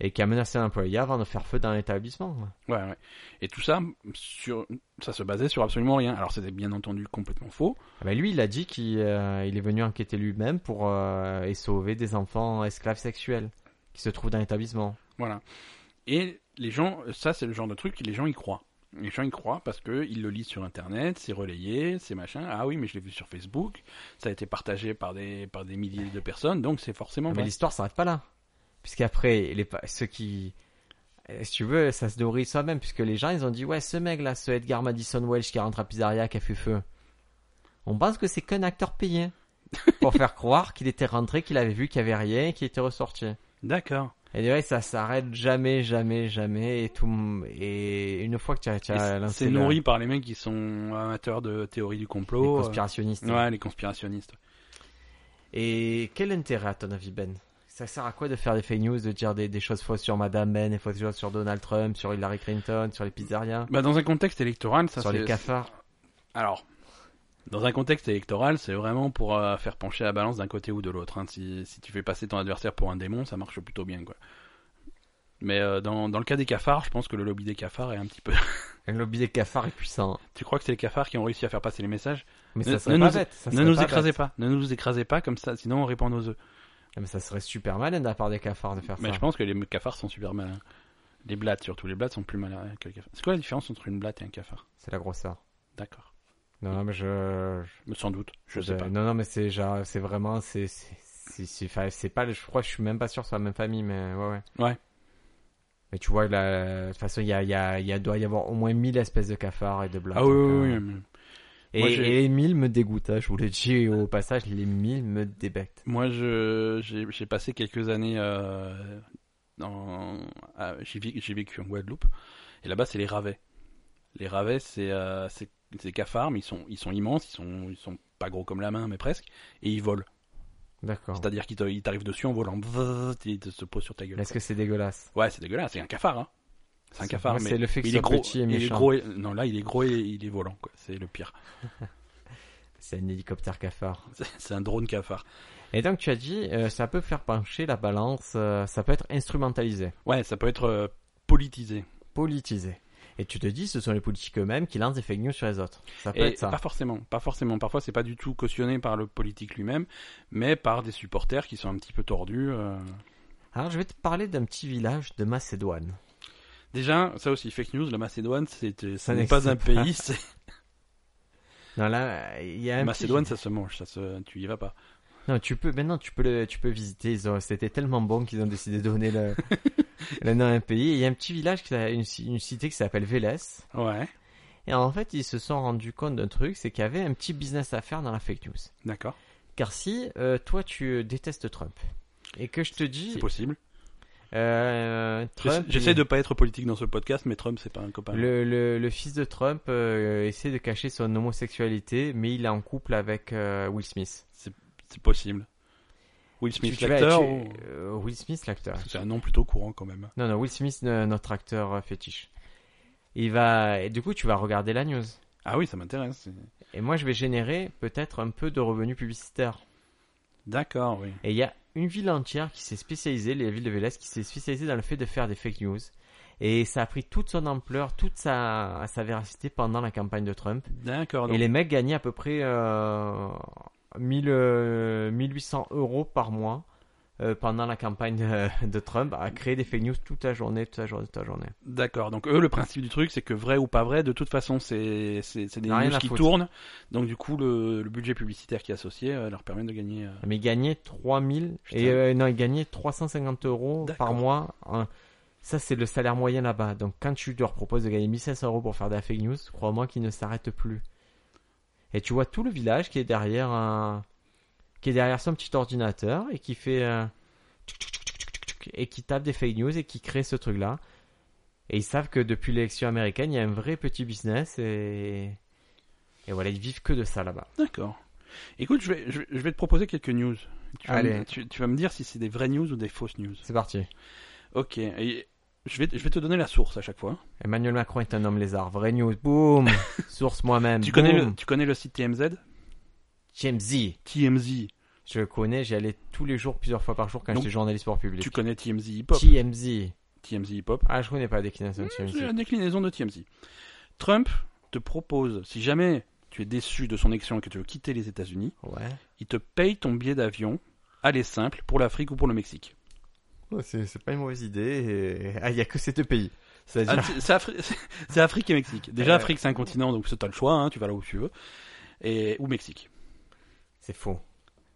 B: et qui a menacé un employé avant de faire feu dans l'établissement.
A: Ouais, ouais. Et tout ça, sur, ça se basait sur absolument rien. Alors c'était bien entendu complètement faux.
B: Ah bah, lui, il a dit qu'il euh, il est venu enquêter lui-même pour euh, et sauver des enfants esclaves sexuels qui se trouvent dans l'établissement.
A: Voilà. Et les gens, ça c'est le genre de truc, les gens y croient. Les gens y croient parce que ils le lisent sur internet, c'est relayé, c'est machin. Ah oui, mais je l'ai vu sur Facebook, ça a été partagé par des, par des milliers de personnes, donc c'est forcément
B: Ah, Mais
A: vrai.
B: l'histoire s'arrête pas là. Puisqu'après, les, pa- ceux qui. euh, Si tu veux, ça se nourrit soi-même, puisque les gens, ils ont dit Ouais, ce mec-là, ce Edgar Madison Welsh qui rentre à Pizzeria, qui a fait feu. On pense que c'est qu'un acteur
A: <laughs>
B: payé. pour faire croire qu'il était rentré, qu'il avait vu qu'il y avait rien, et qu'il était ressorti.
A: D'accord.
B: Et de là, ça s'arrête jamais, jamais, jamais. Et, tout, m- et une fois que tu as, tu
A: Et
B: as
A: c'est-
B: lancé
A: C'est
B: le-
A: nourri par les mecs qui sont amateurs de théorie du
B: les
A: complot. euh,
B: conspirationnistes.
A: Ouais, les conspirationnistes.
B: Et quel intérêt à ton avis, Ben Ça sert à quoi de faire des fake news, de dire des, des choses fausses sur Madame Ben, des fausses choses sur Donald Trump, sur Hillary Clinton, sur les pizzerias,
A: Bah, dans un contexte électoral, ça
B: sur
A: c'est-
B: les cafards
A: Alors, dans un contexte électoral, c'est vraiment pour euh, faire pencher la balance d'un côté ou de l'autre. hein. Si, si tu fais passer ton adversaire pour un démon, ça marche plutôt bien, quoi. Mais euh, dans, dans le cas des cafards, je pense que le lobby des cafards est un petit peu. <laughs>
B: Le lobby des cafards est puissant. hein.
A: tu crois que c'est les cafards qui ont réussi à faire passer les messages
B: Mais
A: Ne-
B: ça serait
A: ne
B: pas
A: nous-
B: bête. ça
A: Ne
B: serait
A: nous
B: pas
A: écrasez
B: bête.
A: pas, ne nous écrasez pas comme ça, sinon on répand nos œufs.
B: Ah, Mais ça serait super malin de la part des cafards de faire
A: Mais
B: ça.
A: je pense que les cafards sont super malins. Les blattes surtout, les blattes sont plus malins que les cafards. C'est quoi la différence entre une blatte et un cafard
B: C'est la grosseur.
A: D'accord.
B: Non, non, mais je. je-
A: Mais Sans doute, Mm. je
B: je-
A: sais pas.
B: Non, non, mais c'est genre, c'est vraiment, c'est, c'est, c'est, c'est- enfin, c'est pas, je crois, que je suis même pas sûr que ce soit la même famille, mais ouais, ouais.
A: Ouais.
B: Mais tu vois, là, de toute façon, il y a, il y a, il y a, doit y avoir au moins 1000 espèces de cafards et de euh, blancs.
A: Ah oui, oui, oui. mais-
B: Et,
A: Moi, j'ai-
B: et les mille me dégoûtent, hein, je vous le dis au passage, les mille me débectent.
A: Moi, je j'ai j'ai passé quelques années euh, en à- j'ai vi- j'ai vécu en Guadeloupe et là-bas c'est les ravets. Les ravets c'est euh, c'est c'est des cafards mais ils sont ils sont immenses, ils sont ils sont pas gros comme la main mais presque et ils volent.
B: D'accord.
A: C'est-à-dire qu'ils te- ils t'arrivent dessus en volant Vzzz, et ils te se posent sur ta gueule.
B: Est-ce que c'est dégueulasse
A: Ouais, c'est dégueulasse, c'est un cafard hein. C'est un
B: C'est-
A: cafard
B: moi,
A: mais
B: c'est le fait que
A: il
B: ce
A: est
B: soit
A: gros,
B: petit et
A: il est
B: méchant.
A: gros et- non là, il est gros et il est volant quoi, c'est le pire.
B: C'est un hélicoptère cafard.
A: C'est- C'est un drone cafard.
B: Et donc tu as dit, euh, ça peut faire pencher la balance, euh, ça peut être instrumentalisé,
A: Ouais, ça peut être euh, politisé.
B: politisé. Et tu te dis, ce sont les politiques eux-mêmes qui lancent des fake news sur les autres. Ça peut
A: Et
B: être ça.
A: Pas forcément, pas forcément. Parfois, c'est pas du tout cautionné par le politique lui-même, mais par des supporters qui sont un petit peu tordus. euh.
B: Alors je vais te parler d'un petit village de Macédoine.
A: Déjà, ça aussi, fake news, la Macédoine, c'est, ça
B: Ça
A: n'est
B: n'existe
A: pas un pays. c'est-
B: Non là, euh, il y a un
A: Macédoine,
B: petit-
A: ça se mange, ça se... tu y vas pas.
B: Non, tu peux maintenant tu peux le, tu peux visiter. Ils ont- c'était tellement bon qu'ils ont décidé de donner le, le nom à un pays. Et Il y a un petit village qui a une, ci- une cité qui s'appelle Vélès.
A: Ouais,
B: Et en fait, ils se sont rendus compte d'un truc, c'est qu'il y avait un petit business à faire dans la fake news.
A: d'accord,
B: Car si euh, toi tu détestes Trump et que je te dis
A: c'est possible.
B: euh,
A: J'essa-
B: Trump,
A: J'essaie
B: il-
A: de pas être politique dans ce podcast, mais Trump, c'est pas un copain.
B: le, le, le fils de Trump euh, essaie de cacher son homosexualité, mais il est en couple avec euh, Will Smith.
A: C'est possible. Will Smith,
B: Tu- tu vas-
A: l'acteur,
B: tu-
A: ou-
B: euh, Will Smith, l'acteur.
A: c'est un nom plutôt courant quand même.
B: Non, non, Will Smith, euh, notre acteur euh, fétiche. Il va. Et du coup, tu vas regarder la news.
A: Ah oui, ça m'intéresse. c'est-
B: Et moi, je vais générer peut-être un peu de revenus publicitaires.
A: D'accord, oui.
B: Et il y a une ville entière qui s'est spécialisée, la ville de Vélez, qui s'est spécialisée dans le fait de faire des fake news. Et ça a pris toute son ampleur, toute sa, sa véracité pendant la campagne de Trump.
A: D'accord.
B: Et
A: donc-
B: les mecs gagnaient à peu près euh, 1000, euh, 1800 euros par mois euh, pendant la campagne euh, de Trump à créer des fake news toute la journée, toute la journée, toute la journée.
A: D'accord, donc eux, le principe du truc, c'est que vrai ou pas vrai, de toute façon, c'est c'est- c'est des
B: Rien
A: news
B: à
A: qui
B: foutre.
A: tournent, donc du coup, le, le budget publicitaire qui est associé euh, leur permet de gagner. euh.
B: Mais il gagnait 3000
A: Putain.
B: et euh, non, il gagnait 350 euros
A: D'accord.
B: par mois. hein. Ça, c'est le salaire moyen là-bas. Donc, quand tu leur proposes de gagner 1500 euros pour faire de la fake news, crois-moi qu'ils ne s'arrêtent plus. Et tu vois tout le village qui est derrière un, qui est derrière son petit ordinateur et qui fait euh, tchouc, tchouc, tchouc, tchouc, tchouc, tchouc, et qui tape des fake news et qui crée ce truc-là. Et ils savent que depuis l'élection américaine, il y a un vrai petit business et et voilà, ils vivent que de ça là-bas.
A: D'accord. Écoute, je vais, je, vais- je vais te proposer quelques news. Tu vas,
B: Allez.
A: Me, tu, tu vas me dire si c'est des vraies news ou des fausses news.
B: C'est parti.
A: Ok, et je vais, je vais te donner la source à chaque fois.
B: Emmanuel Macron est un homme lézard. Vrai news. <laughs> Boum. Source moi-même.
A: Tu connais, le,
B: Boum.
A: tu connais le site TMZ
B: TMZ.
A: TMZ.
B: Je le connais, j'y allais tous les jours, plusieurs fois par jour quand
A: Donc,
B: j'étais journaliste pour public.
A: Tu connais TMZ Hip Hop
B: TMZ.
A: TMZ Hip Hop.
B: Ah, je connais pas la déclination de
A: C'est la
B: TMZ.
A: déclinaison de TMZ. Trump te propose, si jamais tu es déçu de son élection et que tu veux quitter les États-Unis,
B: Ouais.
A: il te paye ton billet d'avion, aller simple, pour l'Afrique ou pour le Mexique.
B: c'est, pas une mauvaise idée. Ah, il y a que ces deux pays.
A: Ah,
B: C'est-à-dire.
A: c'est- c'est Afri- <laughs> c'est Afrique et Mexique. Déjà,
B: Euh.
A: Afrique, c'est un continent, donc c'est- t'as le choix, hein, tu vas là où tu veux. Et, ou Mexique.
B: C'est faux.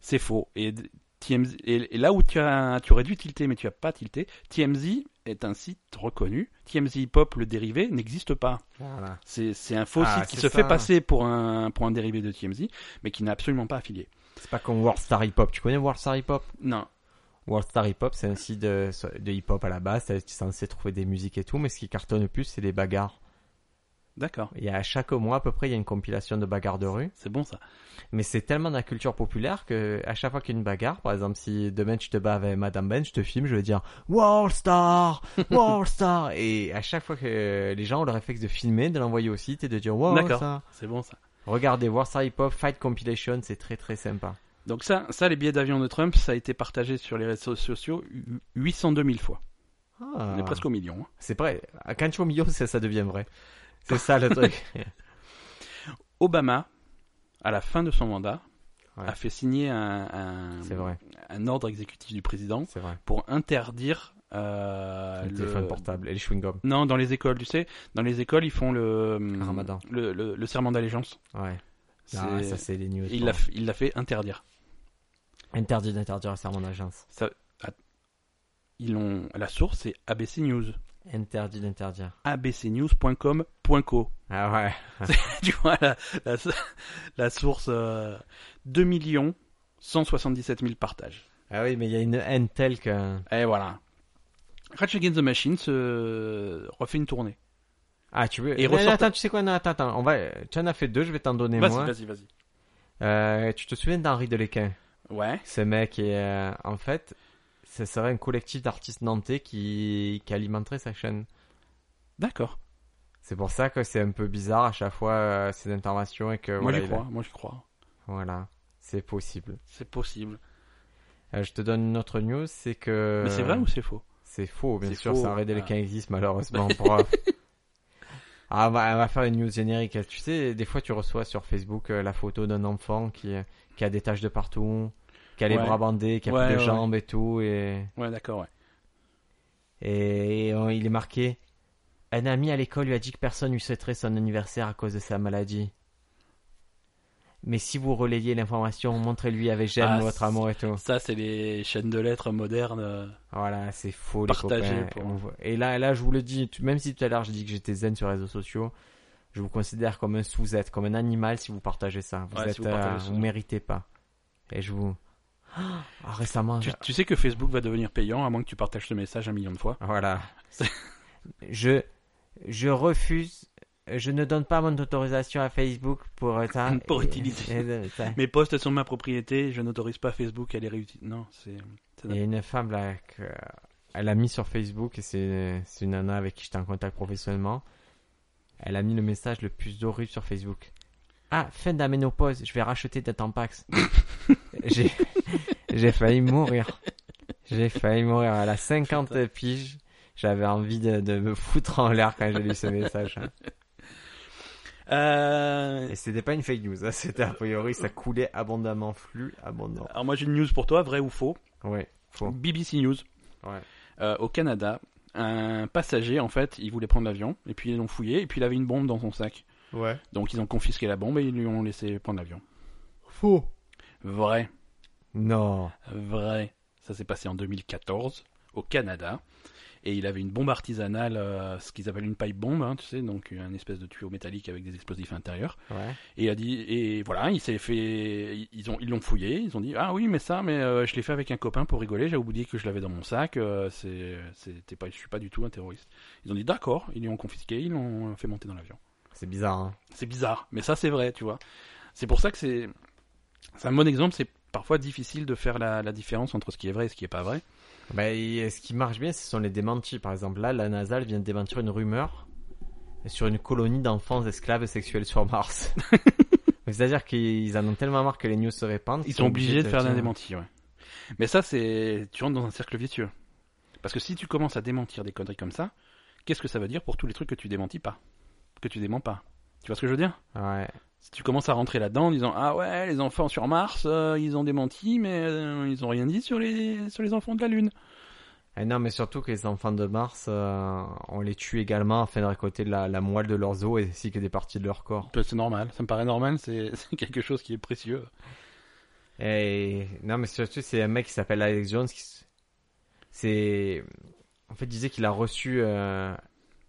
A: C'est faux. Et d- TMZ, et, et là où tu, as, tu aurais dû tilter, mais tu as pas tilté, TMZ est un site reconnu. TMZ Hip Hop, le dérivé, n'existe pas.
B: Voilà.
A: C'est c'est un faux
B: Ah,
A: site qui
B: c'est
A: se
B: ça.
A: fait passer pour un, pour un dérivé de TMZ, mais qui n'est absolument pas affilié.
B: C'est pas comme World Star Hip Hop. Tu connais World Star Hip Hop
A: Non.
B: World Star Hip Hop, c'est un site de, de hip hop à la base. T'es censé trouver des musiques et tout, mais ce qui cartonne le plus, c'est les bagarres.
A: D'accord.
B: Il y a chaque mois à peu près, il y a une compilation de bagarres de rue.
A: C'est bon ça.
B: Mais c'est tellement dans la culture populaire que à chaque fois qu'il y a une bagarre, par exemple, si demain tu te bats avec Madame Ben, je te filme, je vais dire World Star,
A: <laughs>
B: World Star. Et à chaque fois que les gens ont le réflexe de filmer, de l'envoyer au site et de dire World
A: D'accord.
B: Star.
A: C'est bon ça.
B: Regardez World Star Hip Hop Fight Compilation, c'est très très sympa.
A: Donc ça, ça les billets d'avion de Trump, ça a été partagé sur les réseaux sociaux u- 802 000 fois.
B: Ah.
A: On est presque au million. hein.
B: C'est vrai. Quand tu es au milieu, ça, ça devient vrai. C'est ça le
A: <laughs>
B: truc.
A: Obama, à la fin de son mandat,
B: Ouais.
A: a fait signer un, un-
B: c'est vrai,
A: un ordre exécutif du président
B: c'est vrai.
A: pour interdire euh,
B: Le, téléphone portable et les chewing gum.
A: Non, dans les écoles, tu sais, dans les écoles, ils font le
B: Le ramadan.
A: le, le- le serment d'allégeance.
B: Ouais.
A: C'est-
B: Ah, ça c'est les news.
A: il l'a f- il l'a fait interdire.
B: Interdit d'interdire, c'est mon agence.
A: ils l'ont- la source c'est ABC News.
B: Interdit d'interdire.
A: abcnews.com.co.
B: Ah ouais.
A: <laughs> tu vois la, la- la source euh, 2 millions 177 000 partages.
B: Ah oui, mais il y a une haine telle que.
A: Et voilà. Rage Against the Machine se refait une tournée.
B: Ah, tu veux.
A: Et
B: Et
A: ressortent-
B: Attends, tu sais quoi Non, attends, attends. On va... Tu en as fait deux, je vais t'en donner
A: Vas-y,
B: moi.
A: vas-y, vas-y.
B: Euh, tu te souviens d'Henri Delequin
A: Ouais.
B: Ce mec, et, euh, en fait, ce serait un collectif d'artistes nantais qui, qui alimenterait sa chaîne.
A: D'accord.
B: C'est pour ça que c'est un peu bizarre à chaque fois euh, ses interventions et que.
A: moi
B: voilà,
A: j'y
B: il a-
A: crois, moi j'y crois.
B: Voilà, c'est possible.
A: C'est possible.
B: Euh, je te donne une autre news, c'est que.
A: Mais c'est vrai ou c'est faux
B: C'est faux, bien
A: C'est
B: sûr,
A: faux.
B: ça aurait
A: Ah.
B: Delequin
A: <laughs>
B: existe malheureusement. Pour... ah, on va, on va faire une news générique. Tu sais, des fois tu reçois sur Facebook euh, la photo d'un enfant qui, euh, qui a des taches de partout, qui a les
A: Ouais.
B: bras bandés, qui a
A: Ouais,
B: plus de
A: ouais.
B: jambes et tout, et,
A: Ouais, d'accord, ouais.
B: et, euh, il est marqué. Un ami à l'école lui a dit que personne lui souhaiterait son anniversaire à cause de sa maladie. Mais si vous relayez l'information, montrez-lui avec j'aime
A: Ah,
B: votre
A: c'est-
B: amour et tout.
A: Ça, c'est les chaînes de lettres modernes. euh.
B: Voilà, c'est faux les
A: Partagez
B: copains.
A: pour-
B: On voit- Et là, là, je vous le dis, tout- même si tout à l'heure je dis que j'étais zen sur les réseaux sociaux, je vous considère comme un sous-être, comme un animal si vous partagez ça. Vous
A: Ouais, si
B: êtes,
A: vous partagez
B: euh,
A: ça.
B: vous méritez pas. Et je vous. Ah, récemment.
A: Tu,
B: j'ai-
A: tu sais que Facebook va devenir payant à moins que tu partages ce message un million de fois.
B: Voilà.
A: <laughs> C'est-
B: je, je refuse. Je ne donne pas mon autorisation à Facebook pour euh, ça.
A: <laughs> Pour
B: Et-
A: utiliser.
B: et- et- ça.
A: Mes posts sont ma propriété, je n'autorise pas Facebook à les réutiliser. Non, c'est. c'est
B: Il y a une femme là, que- elle a mis sur Facebook, et c'est c'est une nana avec qui j'étais en contact professionnellement. Elle a mis le message le plus horrible sur Facebook. Ah, fin de la ménopause, je vais racheter des <laughs> tampax. J'ai j'ai failli mourir. J'ai failli mourir. Elle a 50 piges. J'avais envie de, de me foutre en l'air quand j'ai lu ce message. hein.
A: Euh,
B: Et c'était pas une fake news, hein, c'était a priori, ça coulait abondamment, flux abondant.
A: Alors moi j'ai une news pour toi, vrai ou faux
B: Ouais, faux.
A: BBC News.
B: Ouais.
A: Euh, au Canada, un passager en fait, il voulait prendre l'avion et puis ils l'ont fouillé et puis il avait une bombe dans son sac.
E: Ouais.
A: Donc ils ont confisqué la bombe et ils lui ont laissé prendre l'avion.
B: Faux.
A: Vrai,
B: Non.
A: vrai. Ça s'est passé en 2014 au Canada. Et il avait une bombe artisanale, euh, ce qu'ils appellent une pipe bombe, hein, tu sais, donc un espèce de tuyau métallique avec des explosifs intérieurs.
B: Ouais.
A: Et il a dit, et voilà, il s'est fait, ils ont, ils l'ont fouillé, ils ont dit, ah oui, mais ça, mais euh, je l'ai fait avec un copain pour rigoler, j'ai oublié que je l'avais dans mon sac, euh, c'est, c'était pas, je suis pas du tout un terroriste. Ils ont dit, d'accord, ils lui ont confisqué, ils l'ont fait monter dans l'avion.
B: C'est bizarre, hein.
A: C'est bizarre, mais ça c'est vrai, tu vois. C'est pour ça que c'est, c'est un bon exemple, c'est parfois difficile de faire la, la différence entre ce qui est vrai et ce qui est pas vrai.
B: Bah, et ce qui marche bien, ce sont les démentis. Par exemple, là, la NASA elle vient de démentir une rumeur sur une colonie d'enfants esclaves sexuels sur
A: <laughs>
B: Mars. Mais C'est-à-dire qu'ils en ont tellement marre que les news se répandent.
A: Ils sont obligés de faire un
B: dire-
A: démenti, ouais. Mais ça c'est, tu rentres dans un cercle vicieux. Parce que si tu commences à démentir des conneries comme ça, qu'est-ce que ça veut dire pour tous les trucs que tu démentis pas Que tu déments pas Tu vois ce que je veux dire
B: Ouais.
A: Si tu commences à rentrer là-dedans en disant Ah ouais, les enfants sur Mars, euh, ils ont démenti, mais euh, ils ont rien dit sur les, sur les enfants de la Lune.
B: Et non, mais surtout que les enfants de Mars, euh, on les tue également afin de récolter la, la moelle de leurs os ainsi que des parties de leur corps.
A: <laughs> Bah, C'est normal, ça me paraît normal, c'est c'est quelque chose qui est précieux.
B: Et... Non, mais surtout, c'est un mec qui s'appelle Alex Jones. Qui... s- C'est. En fait, il disait qu'il a reçu euh,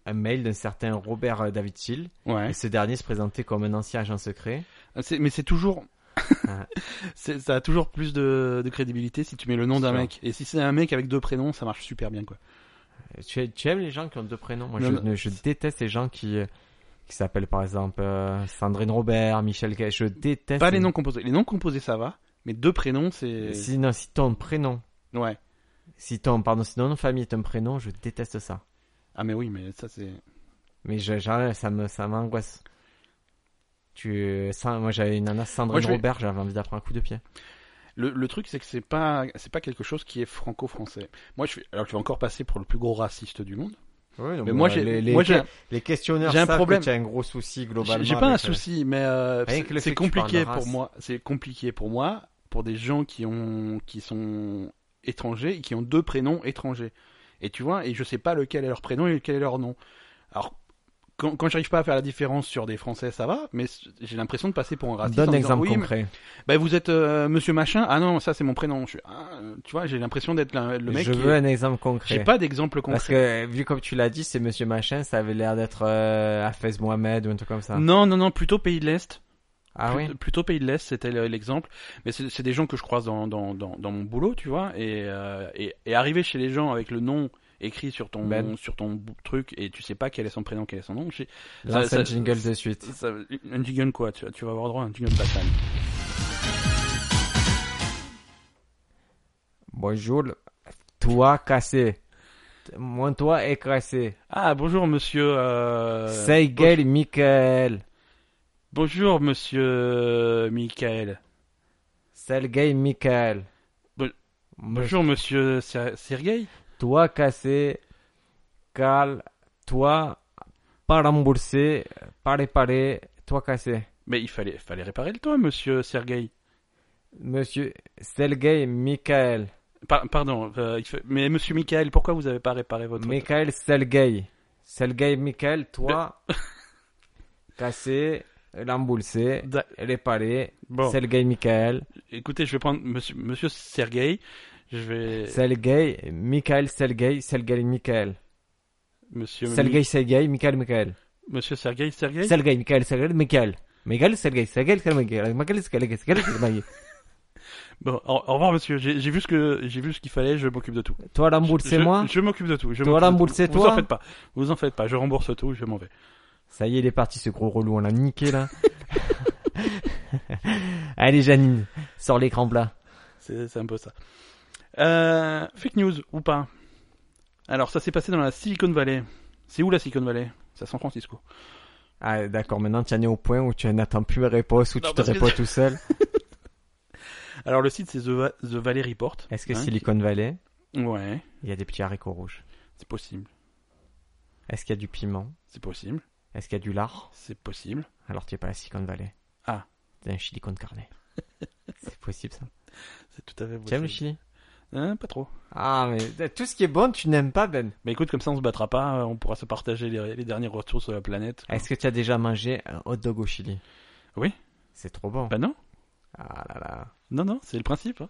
B: un mail d'un certain Robert euh, David Hill.
A: Ouais.
B: Et ce dernier se présentait comme un ancien agent secret.
A: Ah, c'est- mais c'est toujours.
B: Ah.
A: <laughs> C'est- ça a toujours plus de, de crédibilité si tu mets le nom d'un
B: Sûr.
A: mec. Et si c'est un mec avec deux prénoms, ça marche super bien quoi.
B: Euh, Tu, tu aimes les gens qui ont deux prénoms Moi,
A: Non,
B: je,
A: non.
B: ne- je déteste les gens qui, euh, qui s'appellent par exemple euh, Sandrine Robert, Michel Gay. Je déteste. Euh,
A: Pas les noms composés. Les noms composés ça va, mais deux prénoms c'est.
B: Si, non, si ton prénom,
A: Ouais.
B: si ton, pardon, si ton nom de famille est un prénom, je déteste ça.
A: Ah mais oui, mais ça c'est.
B: Mais je- j'arrive, ça me, ça m'angoisse. Tu, ça, moi j'avais une nana Sandrine
A: Moi, je vais-
B: Robert, j'avais envie d'apprendre un coup de pied.
A: Le, le truc c'est que c'est pas c'est pas quelque chose qui est franco-français. Moi je suis alors je vais encore passer pour le plus gros raciste du monde.
B: Oui,
A: Mais moi j'ai
B: les, les,
A: moi j'ai
B: les questionneurs
A: j'ai un
B: savent
A: problème.
B: que tu as un gros souci globalement.
A: J'ai j'ai pas un
B: avec, euh,
A: souci, mais euh,
B: Rien
A: c'est-
B: que le fait
A: c'est
B: que tu parles de
A: compliqué
B: race.
A: pour moi. C'est compliqué pour moi, pour des gens qui ont, qui sont étrangers et qui ont deux prénoms étrangers. Et tu vois, et je sais pas lequel est leur prénom et lequel est leur nom. Alors, quand, quand j'arrive pas à faire la différence sur des Français, ça va, mais c- j'ai l'impression de passer pour un raciste.
B: Donne
A: en
B: un
A: disant,
B: exemple
A: Oui, mais-
B: concret.
A: bah, vous êtes euh, Monsieur Machin. Ah non, ça c'est mon prénom. Je suis- ah, euh, tu vois, j'ai l'impression d'être la- le mec.
B: je
A: qui
B: veux
A: est-
B: un exemple concret.
A: J'ai pas d'exemple
B: Parce
A: concret.
B: que vu comme tu l'as dit, c'est Monsieur Machin, ça avait l'air d'être euh, Hafez Mohamed ou un truc comme ça.
A: Non, non, non, plutôt pays de l'Est.
B: Ah
A: Plut-
B: oui.
A: plutôt, Pays de l'Est, c'était le- l'exemple. Mais c'est c'est des gens que je croise dans, dans, dans, dans mon boulot, tu vois. Et, euh, et, et arriver chez les gens avec le nom écrit sur ton,
B: Ben.
A: sur ton bou- truc et tu sais pas quel est son prénom, quel est son nom. j'ai- Ça-
B: Lance
A: ça-
B: un jingle de suite.
A: Ça, un jingle quoi tu, tu vas avoir droit à un jingle de Batman.
B: Bonjour. Toi cassé. Mon toit est cassé.
A: Ah, bonjour monsieur. Euh...
B: Seigel Michael.
A: Bonjour monsieur Michael.
B: Sergei Michael.
A: Bon- Bonjour monsieur Ser- Sergueï.
B: Toi cassé, Carl, toi pas remboursé, pas réparé, toi cassé.
A: Mais il fallait, fallait réparer le toit monsieur Sergueï.
B: Monsieur Sergei Michael.
A: Par- pardon, euh, il fa- mais monsieur Michael, pourquoi vous avez pas réparé votre toit
B: Michael Sergei. Sergei Michael, toi <laughs> cassé, remboursé,
A: D'a-
B: réparé,
A: Bon.
B: Sergei Michael.
A: Écoutez, je vais prendre monsieur, monsieur Sergueï. Je vais.
B: Sergei, Michael, Sergei, Sergei Michael.
A: Monsieur.
B: Sergei, Sergei, Michael, Michael.
A: Monsieur Sergueï, Sergueï.
B: Sergei, Michael, Sergei, Michael. Michael, Sergei, Sergei, Michael, Michael, Sergei, Sergei, Sergei.
A: Bon, au, au revoir, monsieur. J'ai j'ai vu ce que j'ai vu ce qu'il fallait. Je m'occupe de tout.
B: Toi, remboursez-moi.
A: Je, je m'occupe de tout. Je
B: Toi,
A: m'occupe de tout.
B: rembourse-toi.
A: Vous en faites pas. Vous en faites pas. Je rembourse tout. Je m'en vais.
B: Ça y est, il est parti, ce gros relou, on l'a niqué, là. <laughs> Allez, Janine, sors l'écran plat.
A: C'est c'est un peu ça. Euh, fake news ou pas Alors, ça s'est passé dans la Silicon Valley. C'est où la Silicon Valley C'est à San Francisco.
B: Ah, d'accord, maintenant, tu en es au point où tu n'attends plus mes réponses, où
A: Non,
B: tu te
A: parce que-
B: réponds tout seul.
A: Alors, le site c'est The, Va- The Valley Report.
B: Est-ce que
A: Hein
B: Silicon Valley,
A: Ouais,
B: il y a des petits haricots rouges?
A: c'est possible.
B: Est-ce qu'il y a du piment?
A: C'est possible.
B: Est-ce qu'il y a du lard?
A: C'est possible.
B: Alors, tu es pas à Silicon Valley.
A: Ah.
B: T'es un Chili con
A: <laughs>
B: carne. C'est possible, ça.
A: C'est tout à fait possible.
B: Tu aimes le Chili?
A: Hein, Pas trop.
B: Ah, mais tout ce qui est bon, tu n'aimes pas, Ben.
A: Mais écoute, comme ça on se battra pas, euh, on pourra se partager les, les derniers retours sur la planète.
B: Est-ce que tu as déjà mangé un hot dog au Chili
A: Oui.
B: C'est trop bon.
A: Bah non,
B: Ah là là.
A: non, non, c'est le principe. hein.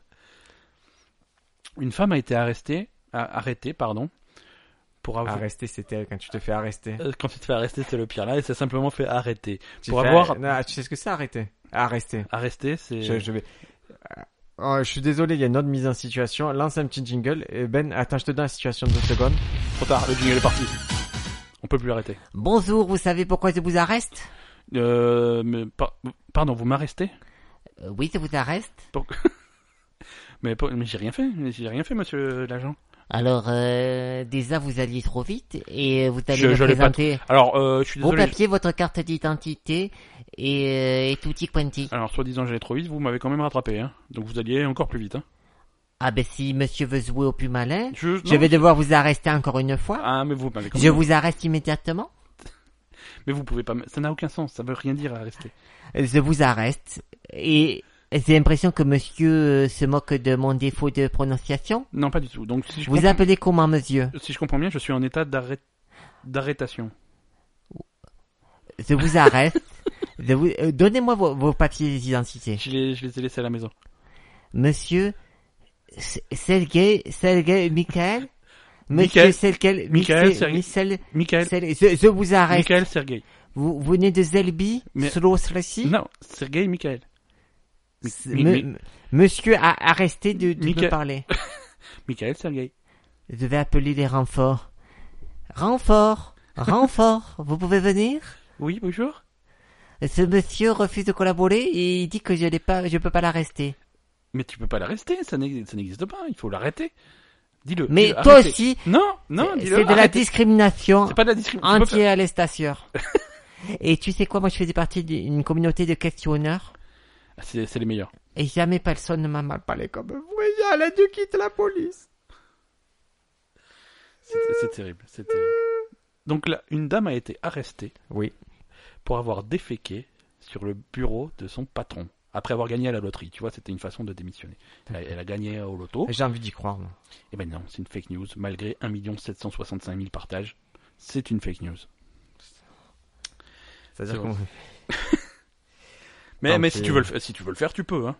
A: Une femme a été arrêtée, a- arrêtée, pardon, pour avoir.
B: Arrester, c'est terrible quand tu te fais arrester.
A: Ah, Euh, Quand tu te fais arrester, c'est le pire là, et c'est simplement fait arrêter.
B: Tu
A: pour
B: fais-
A: avoir-
B: Non, tu sais ce que c'est arrêter Arrester.
A: Arrêter, c'est.
B: Je, je vais. Oh, je suis désolé, il y a une autre mise en situation. Lance un petit jingle. Et Ben, attends, je te donne la situation deux secondes.
A: Trop tard, le jingle est parti. On peut plus l'arrêter.
D: Bonjour, vous savez pourquoi je vous arrête
A: Euh, mais par- Pardon, vous m'arrestez
D: Euh, Oui, je vous arrête.
A: mais, pas- mais j'ai rien fait, mais j'ai rien fait, monsieur l'agent.
D: Alors, euh, déjà, vous alliez trop vite et euh, vous allez
A: Je-
D: me
A: je l'ai pas
D: présenter
A: Alors, euh, je suis
D: vos
A: désolé.
D: papiers, votre carte d'identité et, euh, et tutti quanti.
A: Alors, soi-disant, j'allais trop vite, vous m'avez quand même rattrapé, hein. Donc, vous alliez encore plus vite, hein.
D: Ah ben si monsieur veut jouer au plus malin,
A: Je,
D: je
A: non,
D: vais devoir vous arrester encore une fois.
A: Ah, mais vous m'avez quand
D: Je
A: même-
D: vous arrête immédiatement.
A: Mais vous pouvez pas. me- Ça n'a aucun sens. Ça veut rien dire à rester.
D: Je vous arrête et j'ai l'impression que monsieur euh, se moque de mon défaut de prononciation.
A: Non, pas du tout. Donc, si je,
D: Vous
A: comprends...
D: appelez comment monsieur
A: si je comprends bien, je suis en état d'arrêt- d'arrêtation.
D: Je vous arrête. Je vous... euh, Donnez-moi vos, vos papiers d'identité.
A: Je les, je les ai laissés à la maison.
D: Monsieur S- Sergei, Sergei, Michael Monsieur
A: Michael.
D: Sergei,
A: Michael,
D: Michel,
A: Sergei.
D: Michel,
A: Michael,
D: Sergei- je, je vous arrête.
A: Michael Sergei.
D: Vous vous venez de Zelbi,
A: Mais-
D: Slostraci
A: Non, Sergei Michael. Mi-
D: S-
A: mi-
D: me-
A: mi-
D: Monsieur a arrêté de, de me
A: Michael.
D: parler.
A: Michael Sergei.
D: Je vais appeler les renforts. Renfort, renfort, vous pouvez venir
A: Oui, bonjour.
D: Ce monsieur refuse de collaborer et il dit que je n'ai pas, je peux pas l'arrester.
A: Mais tu peux pas l'arrêter, ça n'ex- ça n'existe pas, il faut l'arrêter. Dis-le.
D: Mais
A: dis-le,
D: toi
A: arrêtez.
D: aussi,
A: Non, non,
D: c'est
A: dis-le.
D: de la
A: arrêtez.
D: discrimination
A: C'est pas de la discrimination. tu peux pas-
D: anti-arrestation. et tu sais quoi, moi je faisais partie d'une communauté de questionneurs
A: Ah, C'est c'est les meilleurs.
D: et jamais personne ne m'a
B: Ah,
D: mal parlé comme vous. Et elle a dû quitter la police.
A: C'est c'est terrible, c'est terrible. Donc là, une dame a été arrêtée
B: Oui.
A: pour avoir déféqué sur le bureau de son patron. Après avoir gagné à la loterie, tu vois, c'était une façon de démissionner. Elle a, elle a gagné au loto.
B: Et J'ai envie d'y croire. moi.
A: Et ben non, c'est une fake news. Malgré 1 765 000 partages, c'est une fake news.
B: C'est-à-dire
A: C'est
B: qu'on-
A: Mais,
B: Tant
A: mais
B: pis.
A: si, tu veux le, f- si tu veux le faire, tu peux. Hein.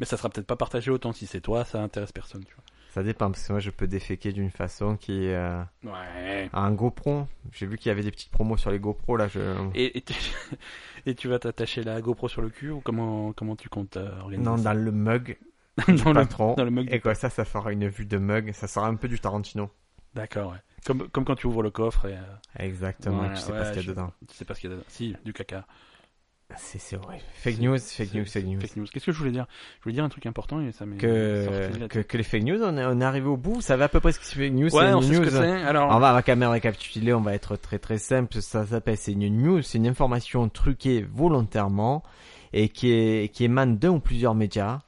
A: Mais ça sera peut-être pas partagé autant. Si c'est toi, ça intéresse personne. Tu
B: ça dépend parce que moi je peux déféquer d'une façon qui euh,
A: vois. Ouais.
B: a un GoPro. J'ai vu qu'il y avait des petites promos sur les GoPro là. Je...
A: Et, et tu, <laughs> et tu vas t'attacher la GoPro sur le cul ou comment, comment tu comptes euh, organiser
B: Non,
A: ça
B: dans le mug,
A: <laughs> dans, le,
B: patron.
A: dans le mug.
B: Et quoi ça, ça fera une vue de mug. Ça sera un peu du Tarantino.
A: D'accord, ouais. Comme, comme quand tu ouvres le coffre et euh,
B: Exactement.
A: Voilà,
B: tu sais
A: ouais,
B: pas ce qu'il y
A: je-
B: a dedans.
A: tu sais pas ce qu'il y a dedans. Si, du caca.
B: C'est c'est horrible. Fake news, fake
A: C'est-
B: news, fake news.
A: Fake news. Qu'est-ce que je voulais dire Je voulais dire un truc important et ça m'est sorti de
B: Que,
A: la
B: que,
A: tête.
B: que les fake news, on est, on est arrivé au bout. Vous savez à peu près ce que c'est fake news c'est
A: Ouais,
B: une
A: on sait ce
B: news.
A: que c'est. Alors,
B: On va, on va quand même récapituler, on va être très très simple. Ça s'appelle, c'est une news, c'est une information truquée volontairement et qui, est, qui émane d'un ou plusieurs médias.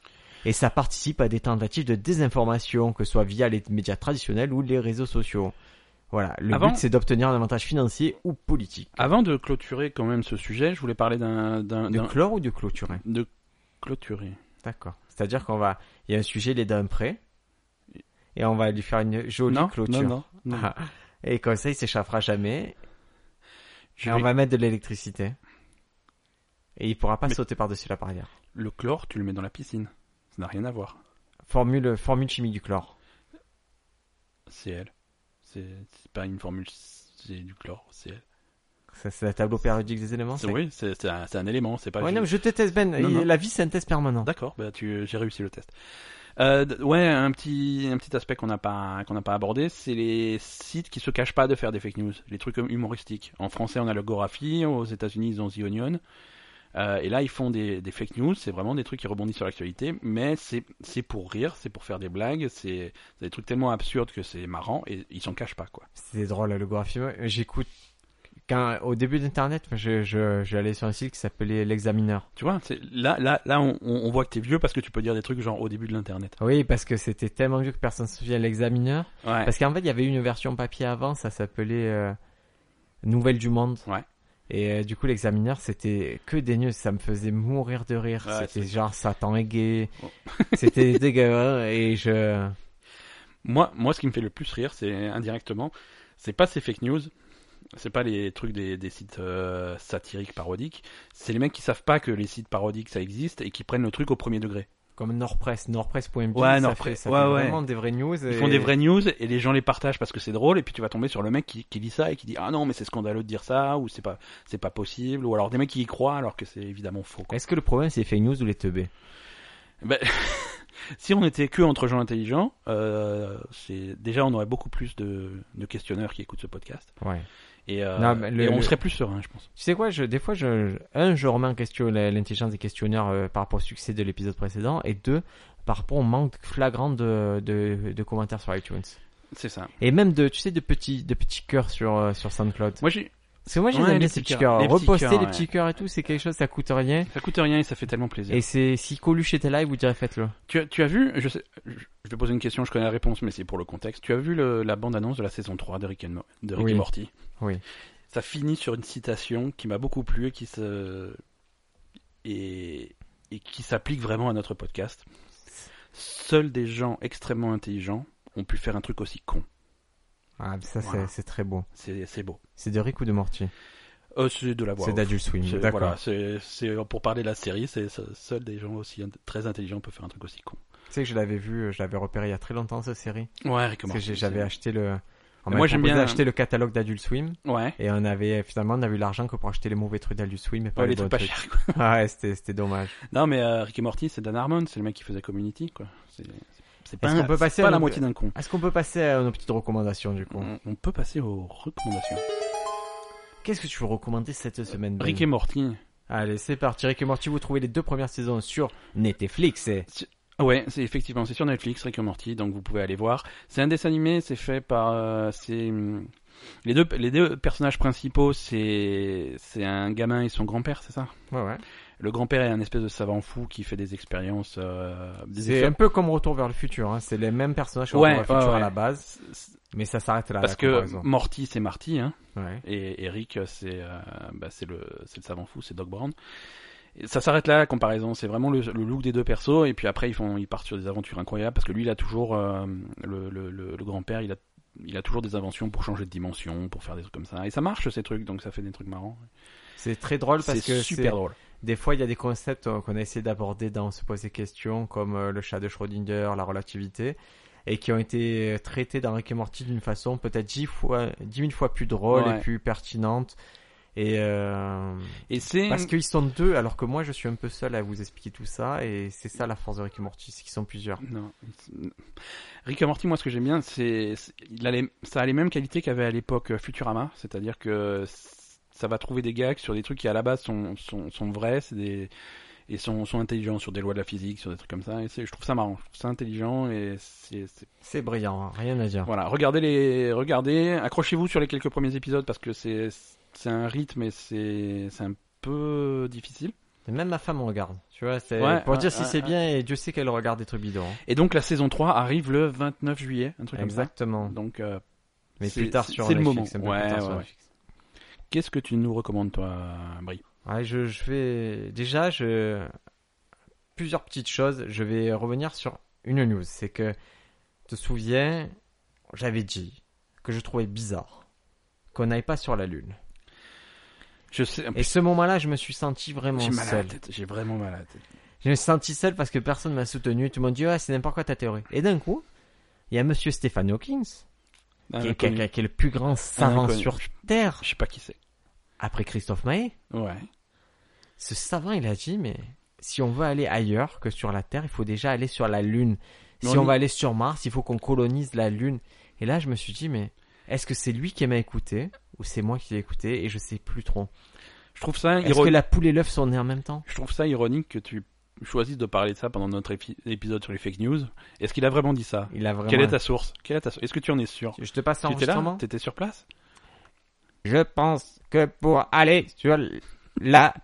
B: Et ça participe à des tentatives de désinformation, que ce soit via les médias traditionnels ou les réseaux sociaux. Voilà, le
A: Avant-
B: but c'est d'obtenir un avantage financier ou politique.
A: avant de clôturer quand même ce sujet, je voulais parler d'un d'un
B: De
A: d'un-
B: clore ou de clôturer
A: de clôturer.
B: D'accord. C'est-à-dire qu'on va... Il y a un sujet, il est d'un prêt, et on va lui faire une jolie
A: non,
B: clôture.
A: non, non, non.
B: Ah. Et comme ça, il s'échappera jamais.
A: Je
B: Et
A: vais-
B: on va mettre de l'électricité. Et il pourra pas
A: Mais-
B: sauter par-dessus la barrière.
A: Le chlore, tu le mets dans la piscine. Ça n'a rien à voir.
B: Formule, formule chimique du chlore.
A: C'est elle. C'est c'est pas une formule, c'est du chlore. C'est elle.
B: Ça, C'est le tableau périodique des éléments
A: C'est- Oui, c'est c'est un, c'est un élément. C'est pas.
B: Ouais,
A: juste-
B: non, mais je déteste Ben.
A: Non,
B: Il-
A: non.
B: La vie, c'est un test permanent.
A: D'accord, bah tu, j'ai réussi le test. Euh, d- ouais, un petit, un petit aspect qu'on n'a pas, qu'on n'a pas abordé, c'est les sites qui se cachent pas de faire des fake news, les trucs humoristiques. En français, on a le Gorafi, aux États-Unis, ils ont The Onion. Euh, et là, ils font des, des fake news, c'est vraiment des trucs qui rebondissent sur l'actualité, mais c'est, c'est pour rire, c'est pour faire des blagues, c'est, c'est des trucs tellement absurdes que c'est marrant et ils s'en cachent pas, quoi.
B: C'était drôle, hein, le graphisme. J'écoute. Quand, au début d'Internet, je, je, j'allais sur un site qui s'appelait L'Examineur.
A: Tu vois, c'est, là, là, là, on, on- on voit que t'es vieux parce que tu peux dire des trucs genre au début de l'internet.
B: Oui, parce que c'était tellement vieux que personne se souvient de L'Examineur.
A: Ouais.
B: Parce qu'en fait, il y avait une version papier avant, ça s'appelait euh, Nouvelle du Monde.
A: Ouais.
B: Et euh, du coup, l'examineur, c'était que des news, ça me faisait mourir de rire.
A: Ouais,
B: c'était
A: c'est-
B: genre Satan est gay.
A: Oh.
B: <laughs> c'était dégueulasse. Et je.
A: Moi, moi, ce qui me fait le plus rire, c'est indirectement, c'est pas ces fake news, c'est pas les trucs des, des sites euh, satiriques parodiques, c'est les mecs qui savent pas que les sites parodiques ça existe et qui prennent le truc au premier degré.
B: Comme Nordpress, Nordpress.b.
A: Ouais,
B: ça
A: Nordpress,
B: fait, ça
A: ouais,
B: fait
A: ouais.
B: vraiment des vraies news.
A: Ils font des vraies news et les gens les partagent parce que c'est drôle et puis tu vas tomber sur le mec qui, qui lit ça et qui dit ah non mais c'est scandaleux de dire ça ou c'est pas c'est pas possible ou alors des mecs qui y croient alors que c'est évidemment faux. quoi.
B: Est-ce que le problème, c'est les fake news ou les teubés
A: Ben, si on était que entre gens intelligents, euh, c'est déjà on aurait beaucoup plus de, de questionneurs qui écoutent ce podcast
B: Ouais.
A: et, euh,
B: Non, mais le-
A: et on
B: le-
A: serait plus serein, je pense.
B: Tu sais quoi, je, des fois, je, je- un, je remets en question la- l'intelligence des questionneurs euh, par rapport au succès de l'épisode précédent, et deux, par rapport au manque flagrant de, de, de commentaires sur iTunes.
A: C'est ça.
B: Et même de, tu sais, de petits, de petits cœurs sur, euh, sur SoundCloud.
A: Moi, j'ai...
B: Parce que moi, j'aime
A: Ouais,
B: bien
A: les
B: ces
A: petits
B: petits
A: cœurs.
B: cœurs.
A: Les petits
B: Reposter
A: cœurs,
B: les
A: ouais.
B: petits cœurs et tout, c'est quelque chose, ça coûte rien.
A: ça coûte rien et ça fait tellement plaisir.
B: Et c'est, si Coluche était là, il vous dirait faites-le.
A: Tu, as, tu as vu, je, sais, je je vais poser une question, je connais la réponse, mais c'est pour le contexte. Tu as vu le- la bande-annonce de la saison 3 de Rick, and Mo- de Rick
B: Oui.
A: et Morty
B: Oui.
A: Ça finit sur une citation qui m'a beaucoup plu et qui se. Et, et qui s'applique vraiment à notre podcast. Seuls des gens extrêmement intelligents ont pu faire un truc aussi con.
B: Ah, ça,
A: Voilà.
B: c'est, c'est très beau.
A: C'est c'est beau.
B: C'est de Rick ou de Morty?
A: Euh, c'est de la voix.
B: c'est
A: off.
B: d'Adult Swim.
A: C'est-
B: D'accord.
A: Voilà, c'est c'est- pour parler de la série, c'est c'est- seuls des gens aussi int- très intelligents peuvent faire un truc aussi con.
B: Tu sais que je l'avais vu, je l'avais repéré il y a très longtemps cette série.
A: Ouais, Rick and
B: Parce que
A: Morty,
B: j'ai- j'avais
A: c'est-
B: acheté le. on
A: Mais
B: m'avait
A: moi, j'aime
B: proposé
A: bien-
B: d'acheter le catalogue d'Adult Swim
A: Ouais.
B: et on avait finalement on a eu l'argent que pour acheter les mauvais trucs d'Adult Swim mais pas
A: Ouais,
B: les,
A: les
B: bons
A: trucs pas
B: trucs.
A: chers, quoi.
B: <laughs> Ah ouais, c'était c'était dommage.
A: Non, mais euh, Rick et Morty, c'est Dan Harmon, c'est le mec qui faisait Community, quoi. C'est c'est pas,
B: Est-ce
A: un-
B: qu'on peut
A: c'est
B: passer à
A: pas la
B: nos-
A: moitié d'un con.
B: Est-ce qu'on peut passer à nos petites recommandations du coup
A: On, on peut passer aux recommandations.
B: Qu'est-ce que tu veux recommander cette semaine Ben
A: Rick et Morty.
B: Allez, c'est parti. Rick et Morty, vous trouvez les deux premières saisons sur Netflix. Et...
A: Ah Ouais, c'est effectivement, c'est sur Netflix, Rick et Morty, donc vous pouvez aller voir. C'est un dessin animé, c'est fait par, euh, c'est hum, les deux, les deux personnages principaux, c'est c'est un gamin et son grand-père, c'est ça.
B: Ouais, ouais.
A: Le grand-père est un espèce de savant fou qui fait des expériences. euh, des
B: C'est
A: effets-
B: un peu comme Retour vers le futur. hein. C'est les mêmes personnages que
A: Ouais,
B: Retour vers le
A: ouais,
B: futur à
A: ouais.
B: la base,
A: c- c-
B: mais ça s'arrête là.
A: Parce
B: la
A: que
B: comparaison.
A: Morty, c'est Marty, hein.
B: Ouais.
A: Et Eric, c'est euh, bah, c'est le, c'est le savant fou, c'est Doc Brown. Et ça s'arrête là la comparaison, c'est vraiment le, le look des deux persos. Et puis après, ils, font, ils partent sur des aventures incroyables parce que lui, il a toujours euh, le, le, le, le grand-père, il a, il a toujours des inventions pour changer de dimension, pour faire des trucs comme ça. Et ça marche ces trucs, donc ça fait des trucs marrants.
B: C'est très drôle parce
A: C'est
B: que c'est-
A: super drôle.
B: des fois il y a des concepts euh, qu'on a essayé d'aborder dans se poser questions comme euh, le chat de Schrödinger, la relativité et qui ont été euh, traités dans Rick et Morty d'une façon peut-être dix fois, dix mille fois plus drôle
A: Ouais.
B: et plus pertinente. Et euh,
A: Et c'est
B: parce qu'ils sont deux, alors que moi je suis un peu seul à vous expliquer tout ça, et c'est ça la force de Rick et Morty, c'est qu'ils sont plusieurs.
A: Non. Rick et Morty, moi, ce que j'aime bien, c'est c'est- il a les- ça a les mêmes qualités qu'avait à l'époque euh, Futurama, c'est-à-dire que c- ça va trouver des gags sur des trucs qui à la base sont sont, sont vrais, c'est des et sont, sont intelligents sur des lois de la physique, sur des trucs comme ça. Et c'est- je trouve ça marrant, je trouve ça intelligent et c'est c'est-
B: C'est brillant, hein, rien à dire.
A: voilà. Regardez les, regardez, accrochez-vous sur les quelques premiers épisodes parce que c'est c'est un rythme et c'est c'est un peu difficile.
B: Et Même ma femme regarde, tu vois, c'est
A: Ouais,
B: pour
A: ouais,
B: dire si
A: ouais,
B: c'est
A: ouais.
B: bien, et Dieu sait qu'elle regarde des trucs bidons. hein.
A: Et donc la saison 3 arrive le 29 juillet, un truc
B: Exactement.
A: comme ça. Donc euh,
B: Mais
A: C'est-
B: plus tard
A: c'est-
B: sur
A: c'est le
B: Netflix,
A: moment.
B: un peu plus tard
A: Ouais,
B: sur
A: ouais.
B: Netflix.
A: Qu'est-ce que tu nous recommandes, toi, Brie
B: Ouais, je, je vais déjà je plusieurs petites choses. Je vais revenir sur une news. C'est que te souviens, j'avais dit que je trouvais bizarre qu'on n'aille pas sur la lune.
A: Je sais,
B: Et ce moment-là, je me suis senti vraiment
A: j'ai mal à la
B: seul.
A: tête, j'ai vraiment mal à la tête.
B: Je me suis senti seul parce que personne m'a soutenu. Tout le monde dit ouais, c'est n'importe quoi ta théorie. Et d'un coup, il y a Monsieur Stephen Hawking,
A: Un
B: qui, est- qui
A: inconnu.
B: est- qui est le plus grand savant
A: inconnu.
B: sur Terre
A: Je sais pas qui c'est.
B: après Christophe Maé.
A: Ouais.
B: Ce savant, il a dit, mais si on veut aller ailleurs que sur la Terre, il faut déjà aller sur la Lune.
A: Mais
B: si
A: on
B: on
A: y-
B: va aller sur Mars, il faut qu'on colonise la Lune. Et là, je me suis dit, mais est-ce que c'est lui qui m'a écouté ou c'est moi qui l'ai écouté et je sais plus trop.
A: Je trouve ça
B: Est-ce
A: ironique.
B: que la poule et l'œuf sont nés en même temps
A: Je trouve ça ironique que tu choisisses de parler de ça pendant notre épi- épisode sur les fake news. Est-ce qu'il a vraiment dit ça
B: Il a vraiment.
A: Quelle est ta source Quelle est ta source Est-ce que tu en es sûr
B: Je te passe
A: Tu étais là
B: l'enregistrement.
A: T'étais sur place
B: Je pense que pour aller sur la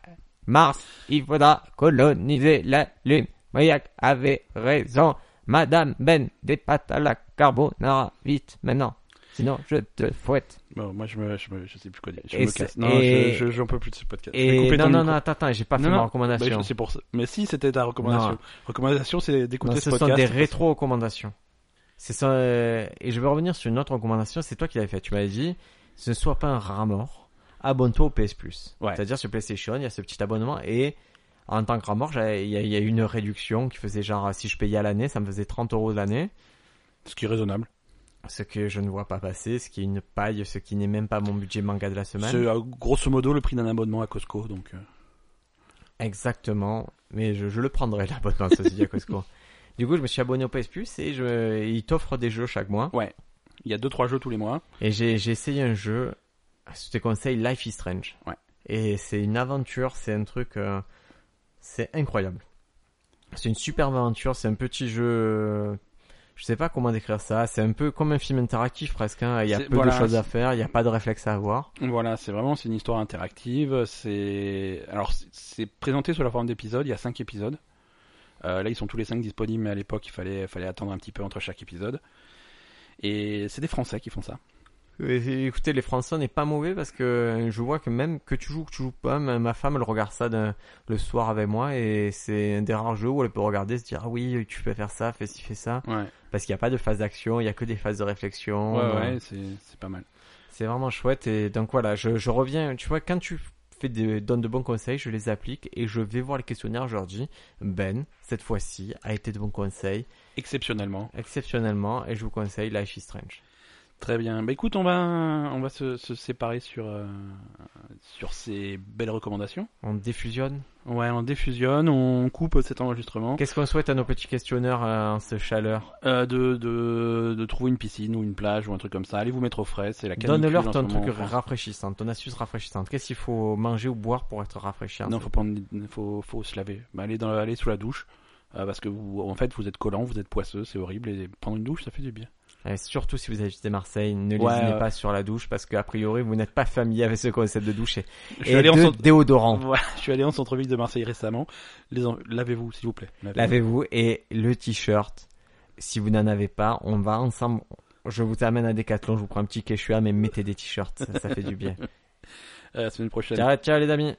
B: Mars, il faudra coloniser la Lune. Mayak avait raison. Madame Ben, des pâtes à la carbonara, vite maintenant. Sinon, je te fouette.
A: Bon, moi je me, je me- je sais plus quoi dire. Je
B: Et
A: me
B: c'est-
A: casse. Non,
B: et-
A: je, je- j'en peux plus de ce podcast. Je vais
B: Et
A: couper
B: non,
A: ton
B: non,
A: micro.
B: non, attends, attends, j'ai pas
A: Non,
B: fait ma
A: non, Bah,
B: recommandation.
A: je- c'est pour ça. Mais si, c'était ta recommandation.
B: Non.
A: Recommandation, c'est
B: Non,
A: d'écouter ce,
B: ce sont
A: podcast.
B: des rétro-recommandations. C'est ça. euh, Et je vais revenir sur une autre recommandation. C'est toi qui l'avais fait. Tu m'avais dit, ce ne soit pas un rat mort. Abonne-toi au PS Plus.
A: Ouais.
B: C'est-à-dire sur PlayStation, il y a ce petit abonnement et en tant que rat mort, j'avais- il y a il y a eu une réduction qui faisait genre si je payais à l'année, ça me faisait 30 euros l'année.
A: Ce qui est raisonnable.
B: Ce que je ne vois pas passer, ce qui est une paille, ce qui n'est même pas mon budget manga de la semaine.
A: C'est euh, grosso modo le prix d'un abonnement à Costco. Donc, euh,
B: Exactement. Mais je, je le prendrai l'abonnement, ça se dit
A: <laughs>
B: à Costco. Du coup, je me suis abonné au PS Plus et je, ils t'offrent des jeux chaque mois.
A: il y a deux trois jeux tous les mois.
B: Et j'ai, j'ai essayé un jeu, ah, je te conseille Life is Strange.
A: Ouais.
B: Et c'est une aventure, c'est un truc, euh, c'est incroyable. C'est une superbe aventure, c'est un petit jeu, euh, je sais pas comment décrire ça, c'est un peu comme un film interactif presque, hein. il y a
A: C'est-
B: peu
A: voilà,
B: de choses à
A: c'est-
B: faire, il n'y a pas de réflexe à avoir.
A: Voilà, c'est vraiment c'est une histoire interactive. C'est alors c'est- c'est présenté sous la forme d'épisodes. Il y a cinq épisodes. Euh, là, ils sont tous les cinq disponibles, mais à l'époque, il fallait fallait attendre un petit peu entre chaque épisode. Et c'est des Français qui font ça.
B: Et Écoutez, les Français n'est pas mauvais parce que je vois que même que tu joues, que tu joues pas, ma ma femme elle regarde ça d'un- le soir avec moi et c'est un des rares jeux où elle peut regarder se dire ah oui tu peux faire ça, fais ci, fais ça.
A: Ouais,
B: Parce qu'il n'y a pas de phase d'action, il n'y a que des phases de réflexion.
A: ouais,
B: Euh,
A: ouais, c'est c'est pas mal.
B: C'est vraiment chouette. Et donc voilà, je, je reviens. Tu vois, quand tu fait des, donne de bons conseils, je les applique et je vais voir les questionnaires, je leur dis Ben, cette fois-ci, a été de bons conseils,
A: exceptionnellement.
B: exceptionnellement, et je vous conseille Life is Strange.
A: Très bien. Bah écoute, on va, on va se, se séparer sur, euh, sur ces belles recommandations.
B: On diffusionne
A: Ouais, on défusionne, on coupe cet enregistrement.
B: Qu'est-ce qu'on souhaite à nos petits questionneurs euh, en ce chaleur
A: Euh, de, de, de trouver une piscine ou une plage ou un truc comme ça. Allez vous mettre au frais, c'est la canicule
B: Donne-leur
A: en
B: ton
A: ce moment
B: truc
A: en France.
B: rafraîchissant, ton astuce rafraîchissante. Qu'est-ce qu'il faut manger ou boire pour être rafraîchissant
A: Non, faut prendre, faut, faut se laver. Bah, allez dans, allez sous la douche. euh, parce que vous, en fait, vous êtes collant, vous êtes poisseux, c'est horrible. Et prendre une douche, ça fait du bien.
B: Euh, surtout si vous habitez Marseille, ne
A: Ouais,
B: lésinez
A: ouais.
B: pas sur la douche parce qu'a priori vous n'êtes pas familier avec ce concept de douche et,
A: Je
B: et de
A: centre-
B: déodorant.
A: Voilà, <laughs> je suis allé en centre-ville de Marseille récemment. Les en- Lavez-vous, s'il vous plaît. Lavez-vous.
B: Lavez-vous et le t-shirt. Si vous n'en avez pas, on va ensemble. Je vous amène à Decathlon,
A: <laughs>
B: je vous prends un petit quechua, mais mettez des t-shirts, ça, ça fait du bien.
A: Euh, semaine prochaine.
B: Ciao, ciao les amis.